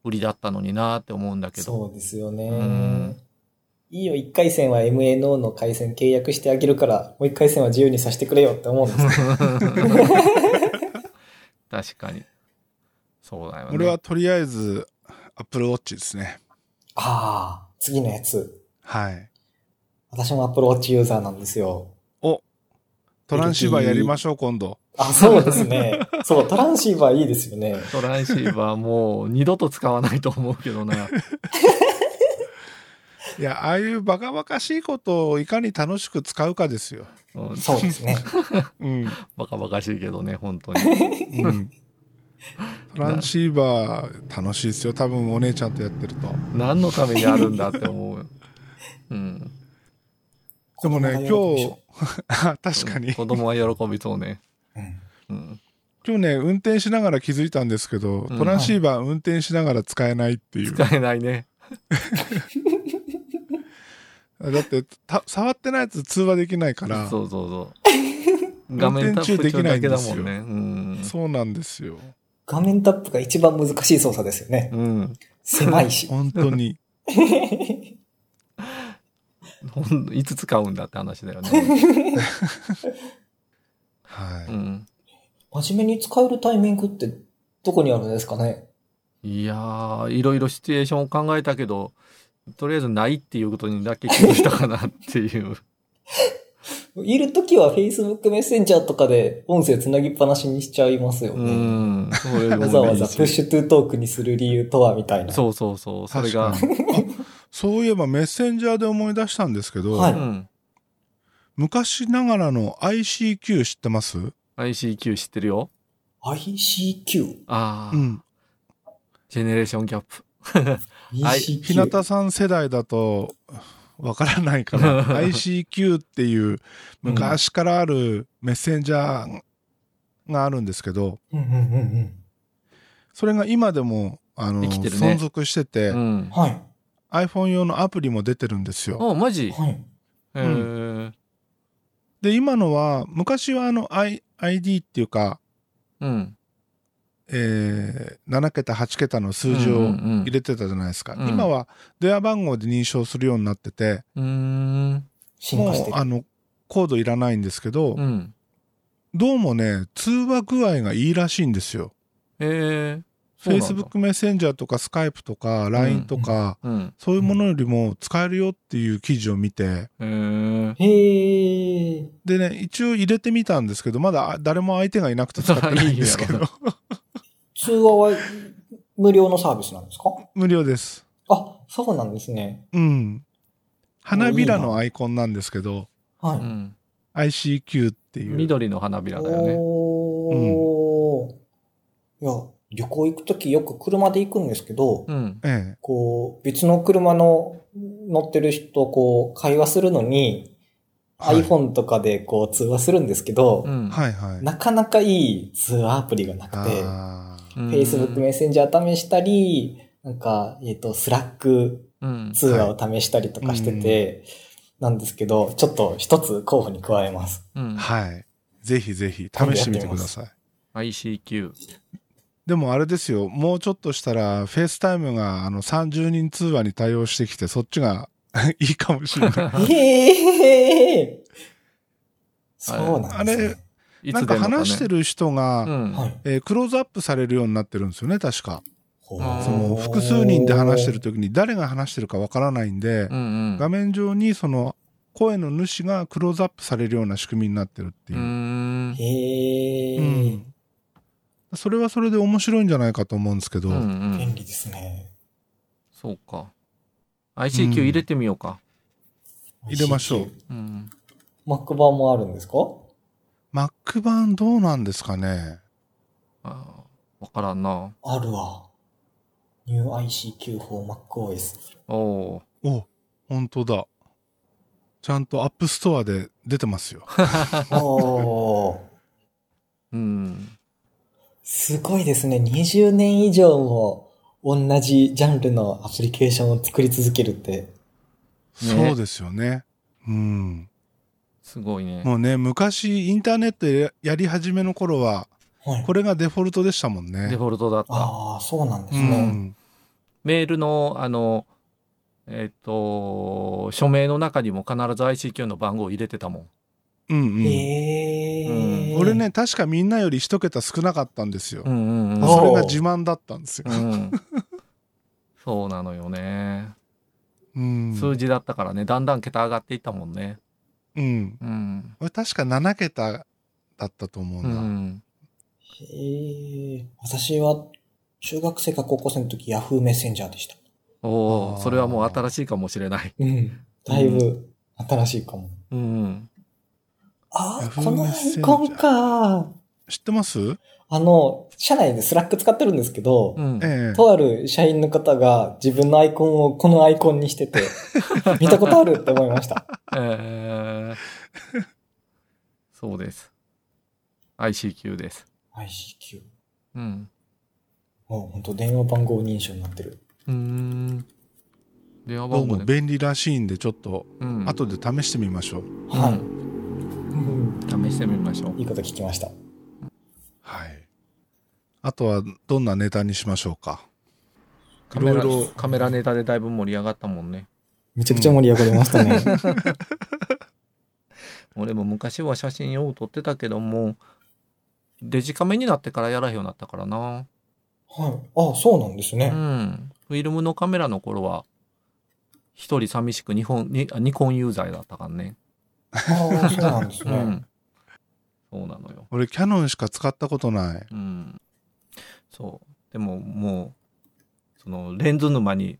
C: 売りだったのになーって思うんだけど
D: そうですよ
C: う
D: ね
C: ん。
D: いいよ、1回戦は MNO の回線契約してあげるから、もう1回戦は自由にさせてくれよって思う んです
C: 確かにそうだよね
B: 俺はとりあえず、Apple Watch ですね。
D: ああ、次のやつ。
B: はい。
D: 私も Apple Watch ユーザーなんですよ。
B: トランシーバーやりましょう、今度。
D: あ、そうですね。そう、トランシーバーいいですよね。
C: トランシーバーもう二度と使わないと思うけどな
B: いや、ああいうバカバカしいことをいかに楽しく使うかですよ。
C: うん
D: そうですね。
B: うん。
C: バカバカしいけどね本当に
B: うん。トランシーバー楽しいですよ。多分お姉ちゃんとやってると。
C: 何のためにあるんだって思うよ。うん。
B: でもね、
D: 子
B: 今
D: 供が喜ぶで
B: 日あ
D: しょ、
B: 確かに。
C: 子供は喜びそうね。
D: うん
C: うん。
B: 今日ね、運転しながら気づいたんですけど、
C: うん
B: トランシーバー運転しながら使えないっていう。
C: 使えないね。
B: だってた、触ってないやつ通話できないから、
C: そうそう そう。画面タップ中だけだもんね。うん。
B: そうなんですよ。
D: 画面タップが一番難しい操作ですよね。
C: うん。
D: 狭いし。
B: 本当 に。
C: ほんいつ使うんだって話だよね。
B: は
C: う
B: い。
C: ん。
D: 真面目に使えるタイミングってどこにあるんですかね
C: いやー、いろいろシチュエーションを考えたけど、とりあえずないっていうことにだけ気づいたかなっていう。
D: いるときは Facebook メッセンジャーとかで音声つなぎっぱなしにしちゃいますよ
C: う
D: ね。
C: ん。それでも
D: わざわざ
C: いいし
D: プッシュトゥートークにする理由とはみたいな。
C: そうそうそう。それ
B: 確
C: が
B: か。に。あそういえばメッセンジャーで思い出したんですけど、
D: は
C: う
D: い
C: ん。
B: 昔ながらの ICQ 知ってます
C: ICQ 知ってるよ。
D: ICQ。
C: あ
B: う
C: あ、
B: ん。
C: ジェネレーションギャップ。い
D: ECQ
B: 日向さん世代だとわからないから、ICQ っ ていう昔からあるメッセンジャーがあるんですけど、
D: うんうんうんうん。
B: それが今でも、あの、
C: 生きてるね
B: 存続してて、
C: うん。
D: はい。
B: iPhone 用のアプリも出てるんですよ。
C: あ、マジ
D: はい。
C: へー
B: で、今のは、昔はあの、I、ID っていうか、
C: うん。
B: えー、7桁、8桁の数字
C: うんう
B: を
C: んうん
B: 入れてたじゃないですか。
C: うん
B: 今は電話番号で認証するようになってて、
C: うーん。
D: 進
B: も
D: 化
B: う
D: してる
B: あ。のコードいらないんですけど、
C: うん。
B: どうもね通話具合がいいらしいんですよ。
C: えー、そうなんだ
B: Facebook メッセンジャーとか Skype とか LINE とか、
C: うん。
B: そういうものよりも使えるよっていう記事を見て
C: えー、
D: へー。
B: でね一応入れてみたんですけどまだ誰も相手がいなくて使ってないんですけ
C: いい
B: ど
D: 通話は無料のサービスなんですか
B: 無料です。
D: あ、そうなんですね。
B: うん花びら
D: いいな
B: のアイコンなんですけど
D: は
C: う
D: い。
C: ん。
B: ICQ っていう
C: 緑の花びらだよね。
D: おー。いや、旅行行くときよく車で行くんですけど、
C: うん。
B: ええ
D: こう、別の車の乗ってる人とこう、会話するのに、
B: はい
D: iPhone とかでこう、通話するんですけど、
C: うん。
B: はいはい。
D: なかなかいい通話アプリがなくて、
B: あー
C: うん
D: Facebook メッセンジャー試したり、なんか、えっ、と、Slack
C: うん。
D: 通話を試したりとかしてて、なんですけど、ちょっと一つ候補に加えます。
C: うん。
B: はい。ぜひぜひ試してみてください。
C: ICQ。
B: でもあれですよ、もうちょっとしたら、フェイスタイムがあの30人通話に対応してきて、そっちが いいかもしれない。
D: ええそうなんです、ね、
B: あれ
C: い
B: なん
C: つ
B: か
C: 出るのか、ね、
B: 話してる人が、
C: うん。
D: はい。
B: えークローズアップされるようになってるんですよね、確か。
D: そ
C: あー
B: その複数人で話してる時に、誰が話してるかわからないんで
C: う、んうん。
B: 画面上にその声の主がクローズアップされるような仕組みになってるって
C: う
B: い
C: ー
B: う。
C: ん。
D: へえ、
B: うんそれはそれで面白いんじゃないかと思うんですけど、
C: うんう
D: 便
C: ん。
D: 利ですね。
C: そうか。ICQ 入れてみようか。
B: 入れましょう。
C: うん。
D: Mac 版もあるんですか
B: Mac 版どうなんですかね
C: あーわからんな。
D: あるわ。New ICQ for MacOS。
C: おお
B: お、本当だ。ちゃんと App Store で出てます よ。
D: おー。
C: ー。うん。
D: すごいですね。20年以上も同じジャンルのアプリケーションを作り続けるって。
B: そうですよね。うん。
C: すごいね。
B: もうね、昔インターネットややり始めの頃は、
D: はい
B: こ。れがデフォルトでしたもんね。
C: デフォルトだった。
D: ああ、そうなんで
B: う
D: すね。
B: ん。
C: メールの、あの、えっ、と、署名の中にも必ず ICQ の番号を入れてたもん。
B: うんうん。
D: へえ、
B: 俺。ね、確かみんなより一桁少なかったんですよ
C: う。んうんうん。
B: それが自慢だったんですよ
C: う。ん、そうなのよね。
B: うん。
C: 数字だったからね、だんだん桁上がっていったもんね。
B: うん。
C: うん。
B: 俺確か7桁だったと思う
C: う
B: な。
C: ん。
D: へえ。私は中学生か高校生の時 Yahoo メッセンジャーでした。
C: お
B: あ
C: お、
B: ー
C: それはもう新しいかもしれない。
D: うん。だいぶ新しいかも。
C: うん。
D: ああ、
B: Yahoo
D: このアイコンか。
B: 知ってます
D: あの、社内でスラック使ってるんですけど、
C: うん。
B: ええ。
D: とある社員の方が自分のアイコンをこのアイコンにして て、見たことあるって思いま した。
C: えーそうです。ICQ です。
D: ICQ。
C: うん。
D: もう本当電話番号認証になってる。
C: うーん。電
B: どう
C: 話番号
B: も
C: で。
B: 便利らしいんで、ちょっと
C: うん。
B: 後で試してみましょう。
D: はい。
C: うん
D: うん
C: 試してみましょう。
D: いいこと聞きました。
B: はい。あとはどんなネタにしましょうか。
C: カメラ
B: いろいろ
C: カメラネタでだいぶ盛り上がったもんね。
D: めちゃくちゃ盛り上がりましたね。
C: 俺も昔は写真よう撮ってたけどもデジカメになってからやらへんようになったからな
D: はい。あ、そうなんです
C: う
D: ね。
C: んフィルムのカメラの頃は一人寂しく日本にあニコン有罪だったからね
D: ああ、そうなんです
C: う
D: ね。
C: んそうなのよ
B: 俺、キャノンしか使ったことない。
C: うんそうでももうそのレンズ沼に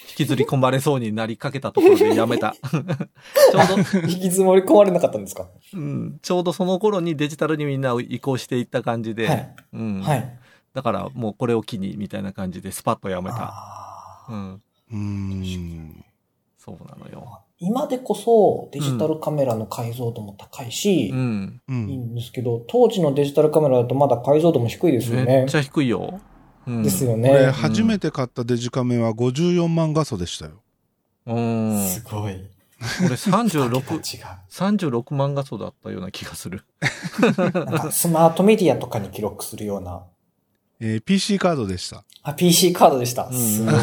C: 引きずり込まれそうになりかけたところでや めたちょうど
D: 引きずり込まれなかったんですか、
C: うん、ちょうどその頃にデジタルにみんな移行していった感じで、
D: はい。
C: うん
D: はい。
C: だからもうこれを機にみたいな感じでスパッとやめた。
D: あ
C: う
D: ー
C: ん、
B: うーん。
C: そうなのよ。
D: 今でこそデジタルカメラの解像度も高いし、
C: うん、
B: う
D: いい
B: ん。
D: んですけど、当時のデジタルカメラだとまだ解像度も低いですよ
C: め
D: ね
C: っち。ゃ低いよ。うん、
D: ですよ
B: 俺、
D: ね。
B: 初めて買ったデジカメは54万画素でしたよ。
C: うん、俺
D: すごい。
C: 36、
D: 違う。
C: 36万画素だったような気がする。
D: なんかスマートメディアとかに記録するような。
B: えー PC カードでした。
D: あ、PC カードでした。
C: ん
D: すごい。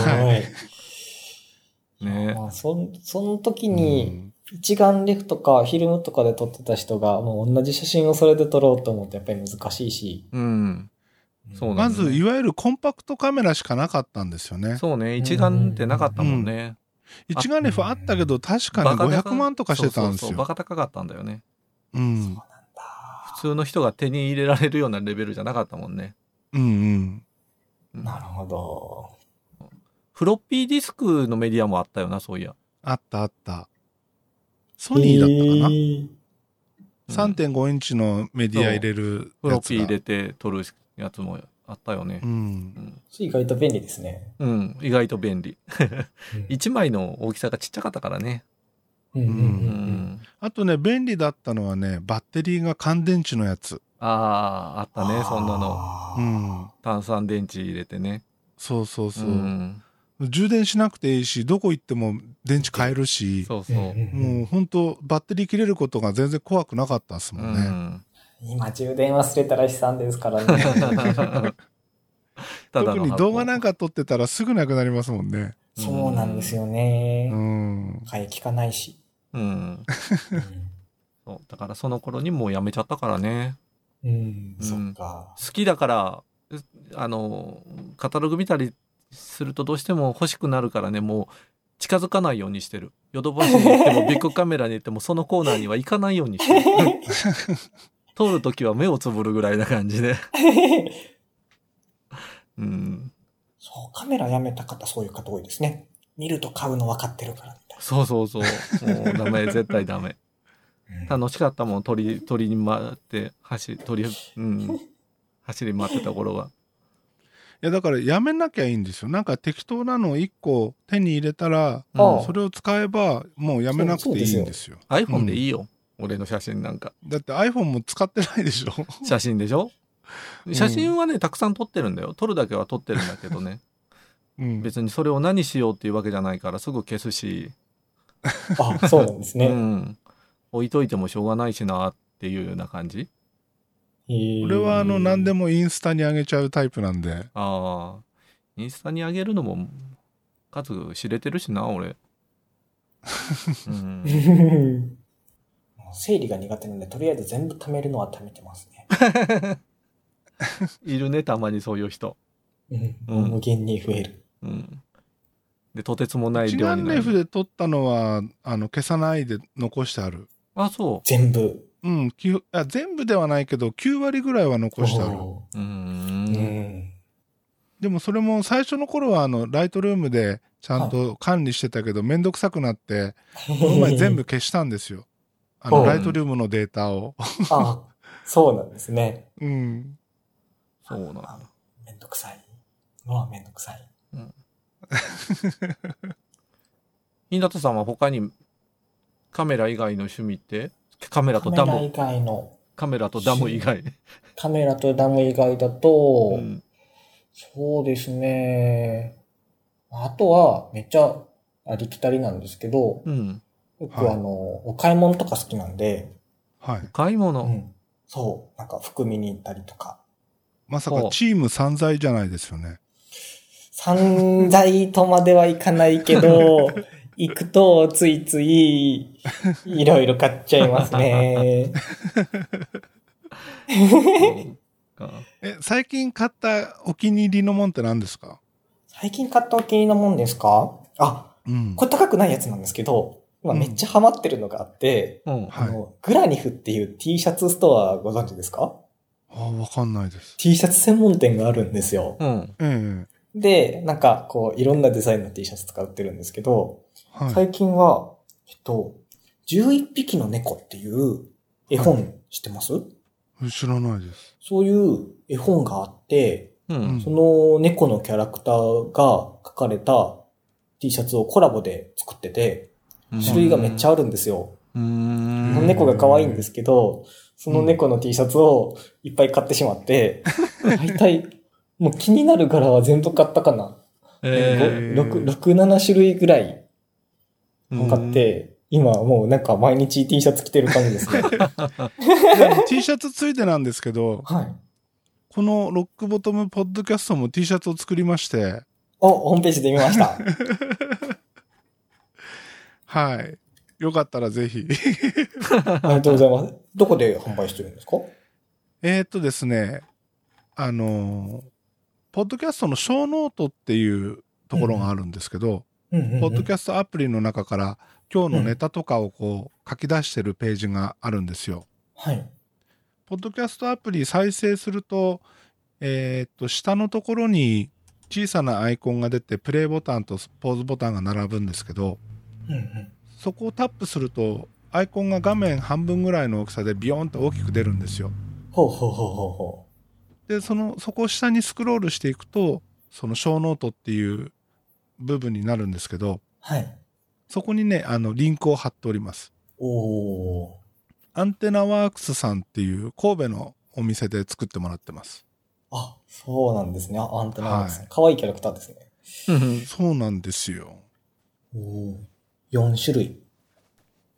C: ね。
D: まあ、そんその時
B: う
D: に、
B: ん
D: 一眼レフとかフィルムとかで撮ってた人が、もう同じ写真をそれで撮ろうと思ってやっぱり難しいし。
C: うん、そうな
B: ま
C: んだ
B: ず、いわゆるコンパクトカメラしかなかったんですよね。
C: そうね、一眼ってなかったもんね。
B: 一眼レフあったけど、確かに
C: バカ高
B: 500万とかしてたんです
C: そうそうそうバ
B: よ。
C: カ高かったんだよね。
B: うん。
C: 普通の人が手に入れられるようなレベルじゃなかったもんね。
B: うんうん。
C: うん
D: なるほど。
C: フロッピーディスクのメディアもあったよな、そういや。
B: あったあった。ソニーだったかな、
C: うん
B: ?3.5 インチのメディア入れる
C: フロ
B: や
C: ッ
B: つ
C: ピー
B: が
C: 入。れて撮るやつもあったよね
B: う。ん。
D: 意外と便利ですね。
C: うん、うん意外と便利。
D: うん
C: 1枚の大きさがちっちゃかったからね。
D: うんうん
C: うん。
D: うん
B: あとね、便利だったのはね、バッテリーが乾電池のやつ。
C: ああ、あったね、そんなの。
D: あ
B: う
D: ー
B: ん。
C: 炭酸電池入れてね。
B: そうそうそう。
C: ん、
B: 充電しなくていいし、どこ行っても電池変えるし、
C: そう
D: うん
C: そう。
D: うんうん
B: もう本当バッテリー切れることが全然怖くなかったです
C: う
B: もんね。
C: ん。
D: 今充電忘れたら悲惨ですか らね。
C: ただの
B: 特に動画なんか撮ってたらすぐなくなりますもんね。
D: そうなんですよ
B: う
D: ね。
B: ん。
D: 買い聞かないし。
C: うん。
D: う
C: そうだからその頃にもうやめちゃったからね。
D: ん、
C: うん
D: そっか。
C: 好きだから、うあの、カタログ見たりするとどうしても欲しくなるからね、もう近づかないようにしてる。ヨドバシに行っ てもビッグカメラに行ってもそのコーナーには行かないようにしてる通る時は目をつぶるぐらいな感じでうん
D: そう、カメラやめた方、そういう方多いですね。見ると買うの分かってるからみたい
C: そうそうそうもうダメ絶対ダメ
D: な。
C: 楽しかったもん鳥鳥に回って走り鳥、うん、走り回ってた頃は
B: や、だからやめなきゃいいんですよ。なんか適当なのを1個手に入れたら、
C: ああ
B: それを使えば、もうやめなくていいんですよ。
D: そうそうです
B: よ
C: iPhone でいいよ、俺の写真なんか
B: だって iPhone も使ってないでしょ。
C: 写真でしょ写真はねたくさん撮ってるんだよ撮るだけは撮ってるんだけどね
B: うん、
C: 別にそれを何しようっていうわけじゃないからすぐ消すし、
D: あ、 そうなんですね。
C: うん、置いといてもしょうがないしなっていうような感じ
B: 俺はあの何 で
D: も。
B: もインスタに上げちゃうタイプなんで。
C: ああインスタに上げるのも数知れてるしな 俺、うん、
D: 整理が苦手なんで、とりあえず全部貯めるのは貯めてますね。
C: いるねたまにそういう人、
D: うん
C: うん
D: 無限に増える。
C: うん、でとてつもない
B: チ
C: 量
B: ナ
C: に
B: ン
C: な
B: レフ
C: る
B: で撮ったのは、あの、消さないで残してある。
C: あそ
D: 全部。
B: うん、きゅあ全部ではないけど、9割ぐらいは残してある。
D: お
C: ううー
D: ー
C: ん
D: うん。
B: でもそれも最初の頃は、あの、ライトルームでちゃんと管理してたけど、めんどくさくなって、この前全部。消したんですよ。あ
D: う
B: の、
D: ん
B: ライトルームのデータを。
D: あ、そうなんですね。
B: うん。
C: そうなんだ
D: めんどくさい。のはめんどくさい。
C: 日向さんは他にカメラ以外の趣味ってカメラ
D: カ
C: と
D: メ
C: ダ
D: ラ
C: ム
D: 以外の、
C: カメラとダム以外、
D: カメラとダム以外だと、
C: うん
D: そうですね。あとは、めっちゃありきたりなんですけど、
C: うん。
D: 僕
B: はい
D: あの、お買い物とか好きなんで、
B: はい。
C: 買いう物。
D: ん。そう、なんか服見に行ったりとか。
B: まさ
C: ほ
B: か
C: う
B: チーム散財じゃないですよね。
D: 散財とまではいかないけ ど、行くとついつい、いろいろ買っちゃいますね。
C: そうか
B: え、最近買ったお気に入りのもんって何ですか
D: 最近買ったお気に入りのもんですかあ、
B: うん。
D: これ高くないやつなんですけど、今めっちゃハマってるのがあって、
C: うん。
B: はい
D: あの、グラニフっていう T シャツストアご存知ですか
B: あ、わかんないです。
D: ?T シャツ専門店があるんですよ。
C: うん。
B: ええ
D: で、なんか、こう、いろんなデザインの T シャツとか売ってるんですけど、
B: はい。
D: 最近は、えっと、11匹の猫っていう絵本知ってます、
B: 知らないです。
D: そういう絵本があって、
C: う
B: うん
C: ん。
D: その猫のキャラクターが描かれた T シャツをコラボで作ってて、種類がめっちゃあるんですよ。
C: うー。
B: うん
D: 猫が可愛いんですけど、その猫の T シャツをいっぱい買ってしまって、大体、もう気になる柄は全部買ったかな。
C: え
B: ー
D: 6、6 7種類ぐらい
C: ー
D: 買っ。て、今はもうなんか毎日 T シャツ着てる感じです ね。
B: であの T シャツついてなんですけど、
D: はい。
B: このロックボトムポッドキャストも T シャツを作りまして、
D: お、ホームページで見ました。
B: はい。よかったらぜひ。
D: ありがとうございます。どこで販売してるんですか
B: えーっとですね、あのーポッドキャストの小ノートっていうところがあるんですけど、
D: うんうんうん
B: ポッドキャストアプリの中から今日のネタとかをこう書き出してるページがあるんですよ。
D: はい。
B: ポッドキャストアプリ再生すると、えーっと、下のところに小さなアイコンが出て、プレイボタンとポーズボタンが並ぶんですけど、
D: うんうん
B: そこをタップすると、アイコンが画面半分ぐらいの大きさでビヨーンと大きく出るんですよ。
D: ほうほうほうほうほ
B: でそのそこを下にスクロールしていくとその小ノートっていう部分になるんですけど
D: う。はい。
B: そこにねあのリンクを貼っております
D: おー。
B: アンテナワークスさんっていう神戸のお店で作ってもらってます
D: あ、そうなんですね。あアンテナワーク
B: は
D: ス
B: い。
D: かわいいキャラクターですね。
C: うん
B: そうなんですよ
D: お4種類。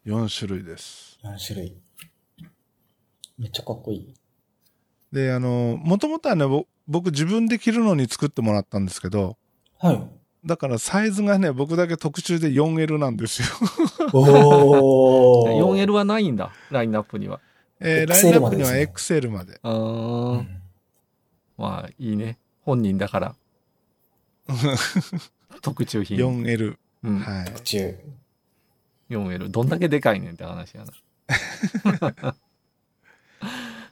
B: 4種類です
D: 4種類。めっちゃかっこいい。
B: であのもともとはねぼ僕自分で着るのに作ってもらったんですけど
D: はい。
B: だからサイズがね僕だけ特注で 4L なんですよ
D: お
C: 4L はないんだ、ラインナップには。
B: えー、ライン
D: XL
B: ナッ
D: ま
B: プ
D: で
B: に
D: で
B: は
D: すね
B: XL まで
C: あーまあ、いいね。本人 だから。特注品。
B: 4L、
C: うん
B: はい
D: 中。
C: 4L。どんだけでかいねんって話 やな。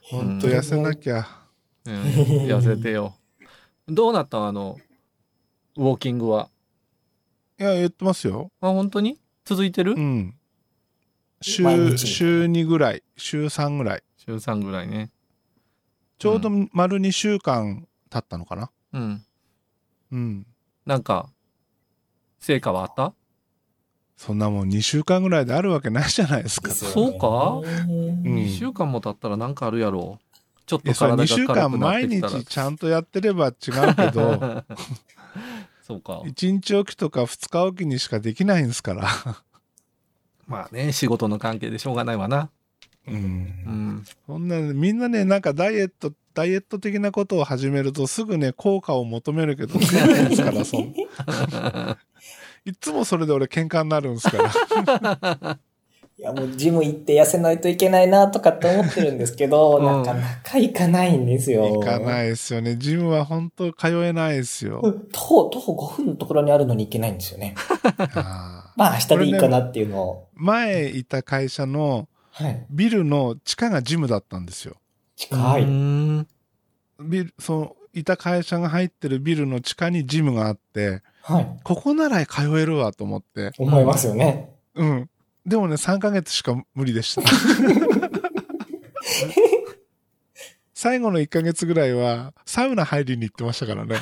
B: ほんと痩せなきゃ。
C: うん、痩せてよ。どうなったんあの、ウォーキングは。
B: いや、言ってますよ。
C: あ、本当に続いてる、
B: うん。週
D: 毎、日
B: 週2ぐらい、週3ぐらい。
C: 週3ぐらいね。
B: ちょうど丸2週間経ったのかな。
C: うん。
B: うん。
C: なんか、成果はあった
B: そんなもん2週間ぐらいであるわけないじゃないですか。
D: ですよね
C: そうか
B: うん
C: ?2 週間も経ったらなんかあるやろう。ちょっ
B: い
C: と
B: や、それ
C: 体が
B: 2
C: 軽
B: 週
C: く
B: 間
C: なっ
B: 毎
C: てきたら。
B: 日ちゃんとやってれば違うけ ど、
C: そうか。
B: 1日おきとか2日おきにしかできないんですから。
C: まあね、仕事の関係でしょうがないわな。
B: うん。
C: うん。
B: そんな、みんなね、なんかダイエット、ダイエット的なことを始めるとすぐね、効果を求めるけ ど、そうなんですから、そんいつもそれで俺喧嘩になるんですから。
D: いや、もうジム行って痩せないといけないなとかって思ってるんですけど、
C: うん
D: なかなか行かないんですよ。
B: 行か
D: い。
B: ないですよね。ジムは本当通えないです よ。
D: 徒歩、徒歩5分のところにあるのに行けないんです よね。
B: あー
D: まあ、明日でいいかなっていうのを。
B: 前いた会社の
D: はい。
B: ビルの地下がジムだったんですよ。
D: 近
C: うー
D: い。
C: ん
B: ビル、その、いた会社が入ってるビルの地下にジムがあって、
D: はい。
B: ここなら通えるわと思って。
D: 思いますよね。
B: うん。でもね、3ヶ月しか無理でした。最後の1ヶ月ぐらいは、サウナ入りに行ってましたからね。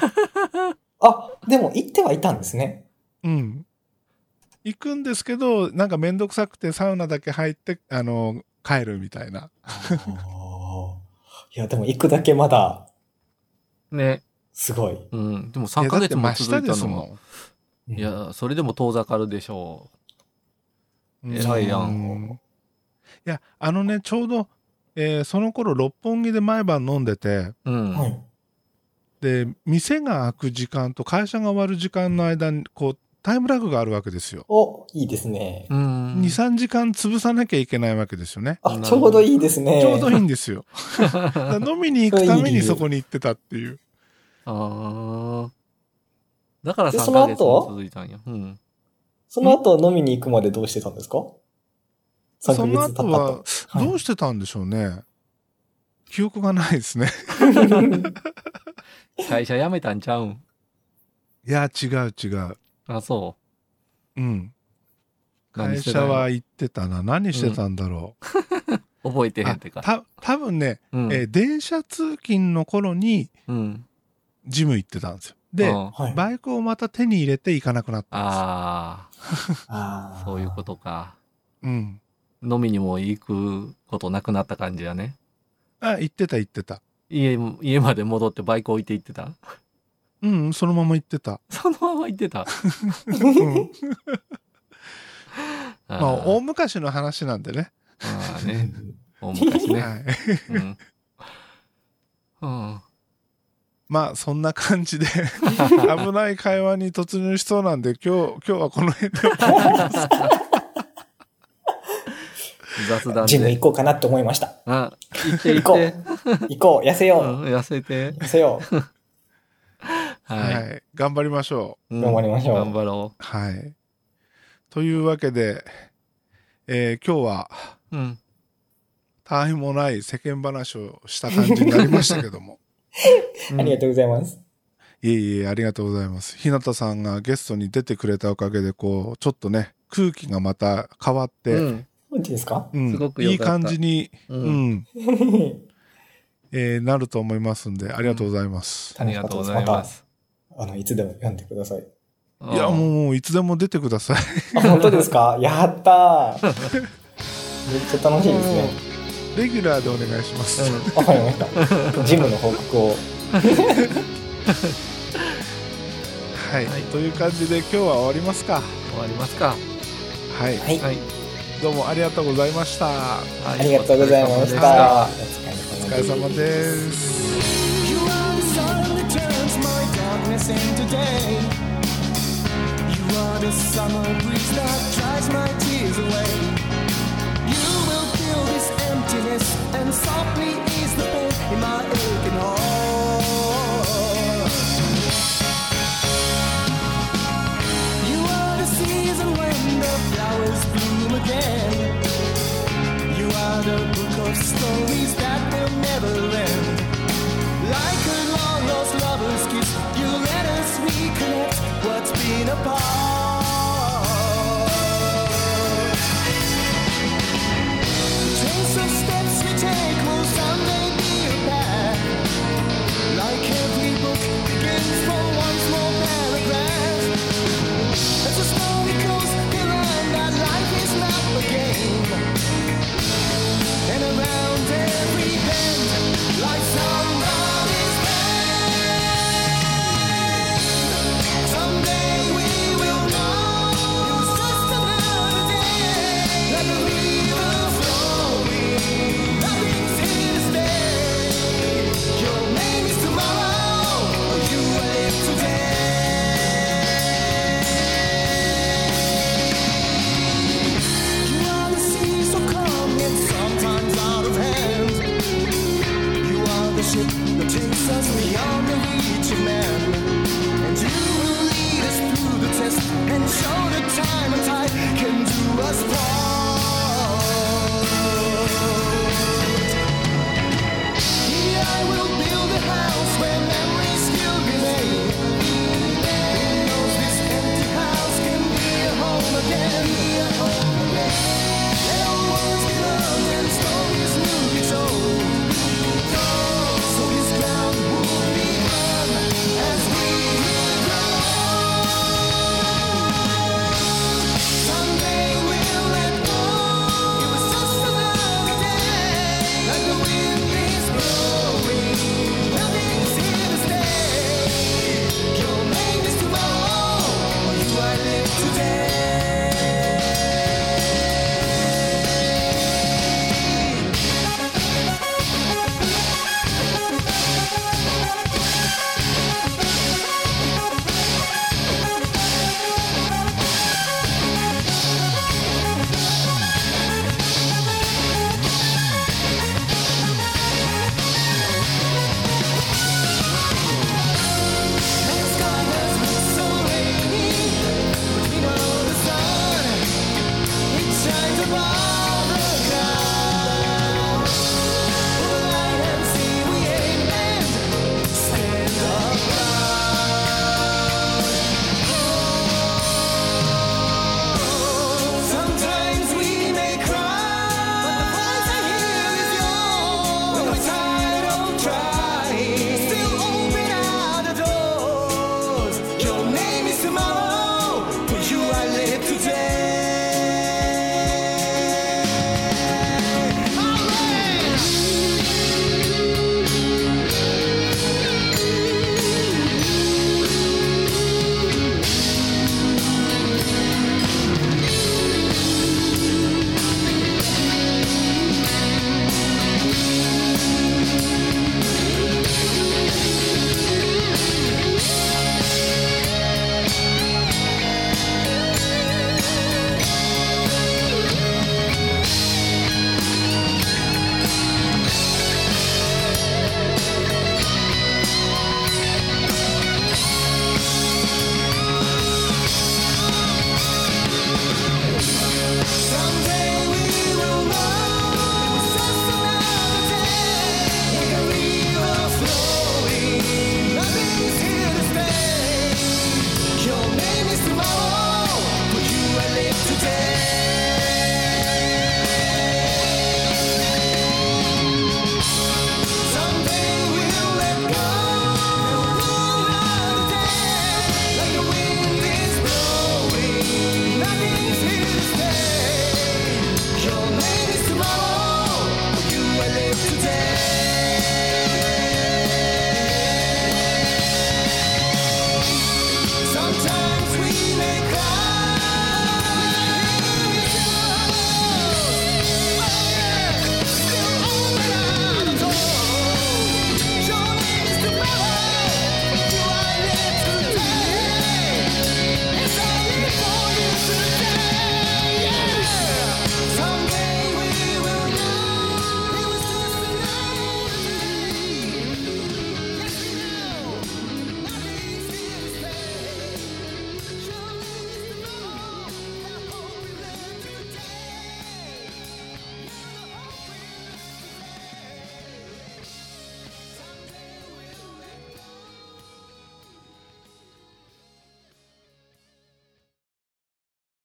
D: あ、でも行ってはいたんですね。
B: うん。行くんですけど、なんかめんどくさくてサウナだけ入って、あの、帰るみたいな。
D: いや、でも行くだけまだ、
C: ね。
D: すごい。
C: うん。でも3ヶ月も
B: いやだ
C: 続
B: って真下
C: い
B: で
C: た
B: す
C: の
B: も
C: も。
B: ん。
C: いや、それでも遠ざかるでしょ
B: うん
C: 偉いやん
B: ういや、あのね、ちょうど、えーその頃六本木で毎晩飲んでて、
C: う。うん。
D: はい。
B: で、店が開く時間と会社が終わる時間の間に、こう、タイムラグがあるわけですよ。
D: お、いいですね。
C: うん。
B: 2、3時間潰さなきゃいけないわけですよね。
D: あ、ちょうどいいですね。
B: ちょうどいい
D: い。
B: んです よ。だから飲みに行くためにそこに行ってたっていう。
C: ああ。だから
D: で
C: 3
D: その
C: ヶ
D: 後
C: 月も続いたんや。うん。
D: その後飲みに行くまでどうしてたんですか ?3 ヶ
B: その
D: 月経
B: 後
D: った
B: は
D: と。、はい
B: どうしてたんでしょうね。記憶がないですね。
C: 会社辞めたんちゃうん。
B: いや、違う違う。
C: あ、そ
B: うん。
C: 何
B: 会
C: してたん
B: 社
C: や
B: は行ってたな。何してたんだろう。
C: う。覚えてへんってか。
B: た、多分ね、
C: うん。
B: えー電車通勤の頃に
C: うん。
B: ジム行ってたんですよ。
C: う
B: で、
C: ん
D: はい。
B: バイクをまた手に入れて行かなくなったんで
C: あ
D: あ
C: あ、
D: ー
C: そういう ことか。
B: すよ。うん。
C: 飲みにも行くことなくなった感じやね。
B: あ、行ってた行ってた。
C: 家、家まで戻ってバイク置いて行ってた
B: うん、そのまま行ってた。
C: そのまま行ってた。
B: うん、
C: ま
B: まあ、大昔の話なんでね。
C: まあ ね。大昔ね。
B: はい。
C: うん。 うん。
B: まあ、そんな感 じで、危ない会話に突入しそうなんで、今日、今日はこの辺で終わります。
C: 雑談
D: ジム
C: で
D: 行。こうかなって思いました。
C: あ、行って
D: 行
C: 行
D: こ
C: っ
D: う
C: て。。
D: 行こう。痩せ
C: う
D: よ
C: ん、痩せて
D: う。。痩せよう。
B: は
C: はい。
B: い。頑張りましょ
C: うん
D: 頑張りましょう
C: 頑張ろ
B: う。はい。というわけで、えー今日は、
C: う。うん。
B: 他愛もない世間話をした感じになりましたけど も。
C: うん
D: ありがとうございます。
B: いえいえ、ありがとうございます。日向さんがゲストに出てくれたおかげで、こう、ちょっとね、空気がまた変わって、
C: う
B: うん
C: ん
D: 本当ですか
C: すごく
B: いい
C: 良かった
B: 感じに、
C: う
B: うん、
C: ん。
B: えーなると思いますんで、ありがとうございます。
C: ありがとうございます。
D: あの、いつでも読んでください。
B: いや、
C: う
B: もう、
C: ん。
B: もういつでも出てください。
D: あ、本当です かやったー。めっちゃ楽しいですね。
B: レギュラーでお願いします。
D: わかりました。ジムの報告を。
B: はい、
C: はい
B: という感じで今日は終わりますか。
C: 終わりますか。
B: はい、
D: はい。
C: はい。
B: どうもありがとうございました。
C: は
D: ありがとうございました。お疲れ
B: お疲れ様
D: 様です
B: です。
A: You are the sun that turns my darkness into day. You are the summer breeze that dries my tears away. You will fill this emptiness and softly ease the pain in my aching heart. You are the season when the flowers bloom again. You are the book of stories that will never end. Like a long lost lover's kiss, you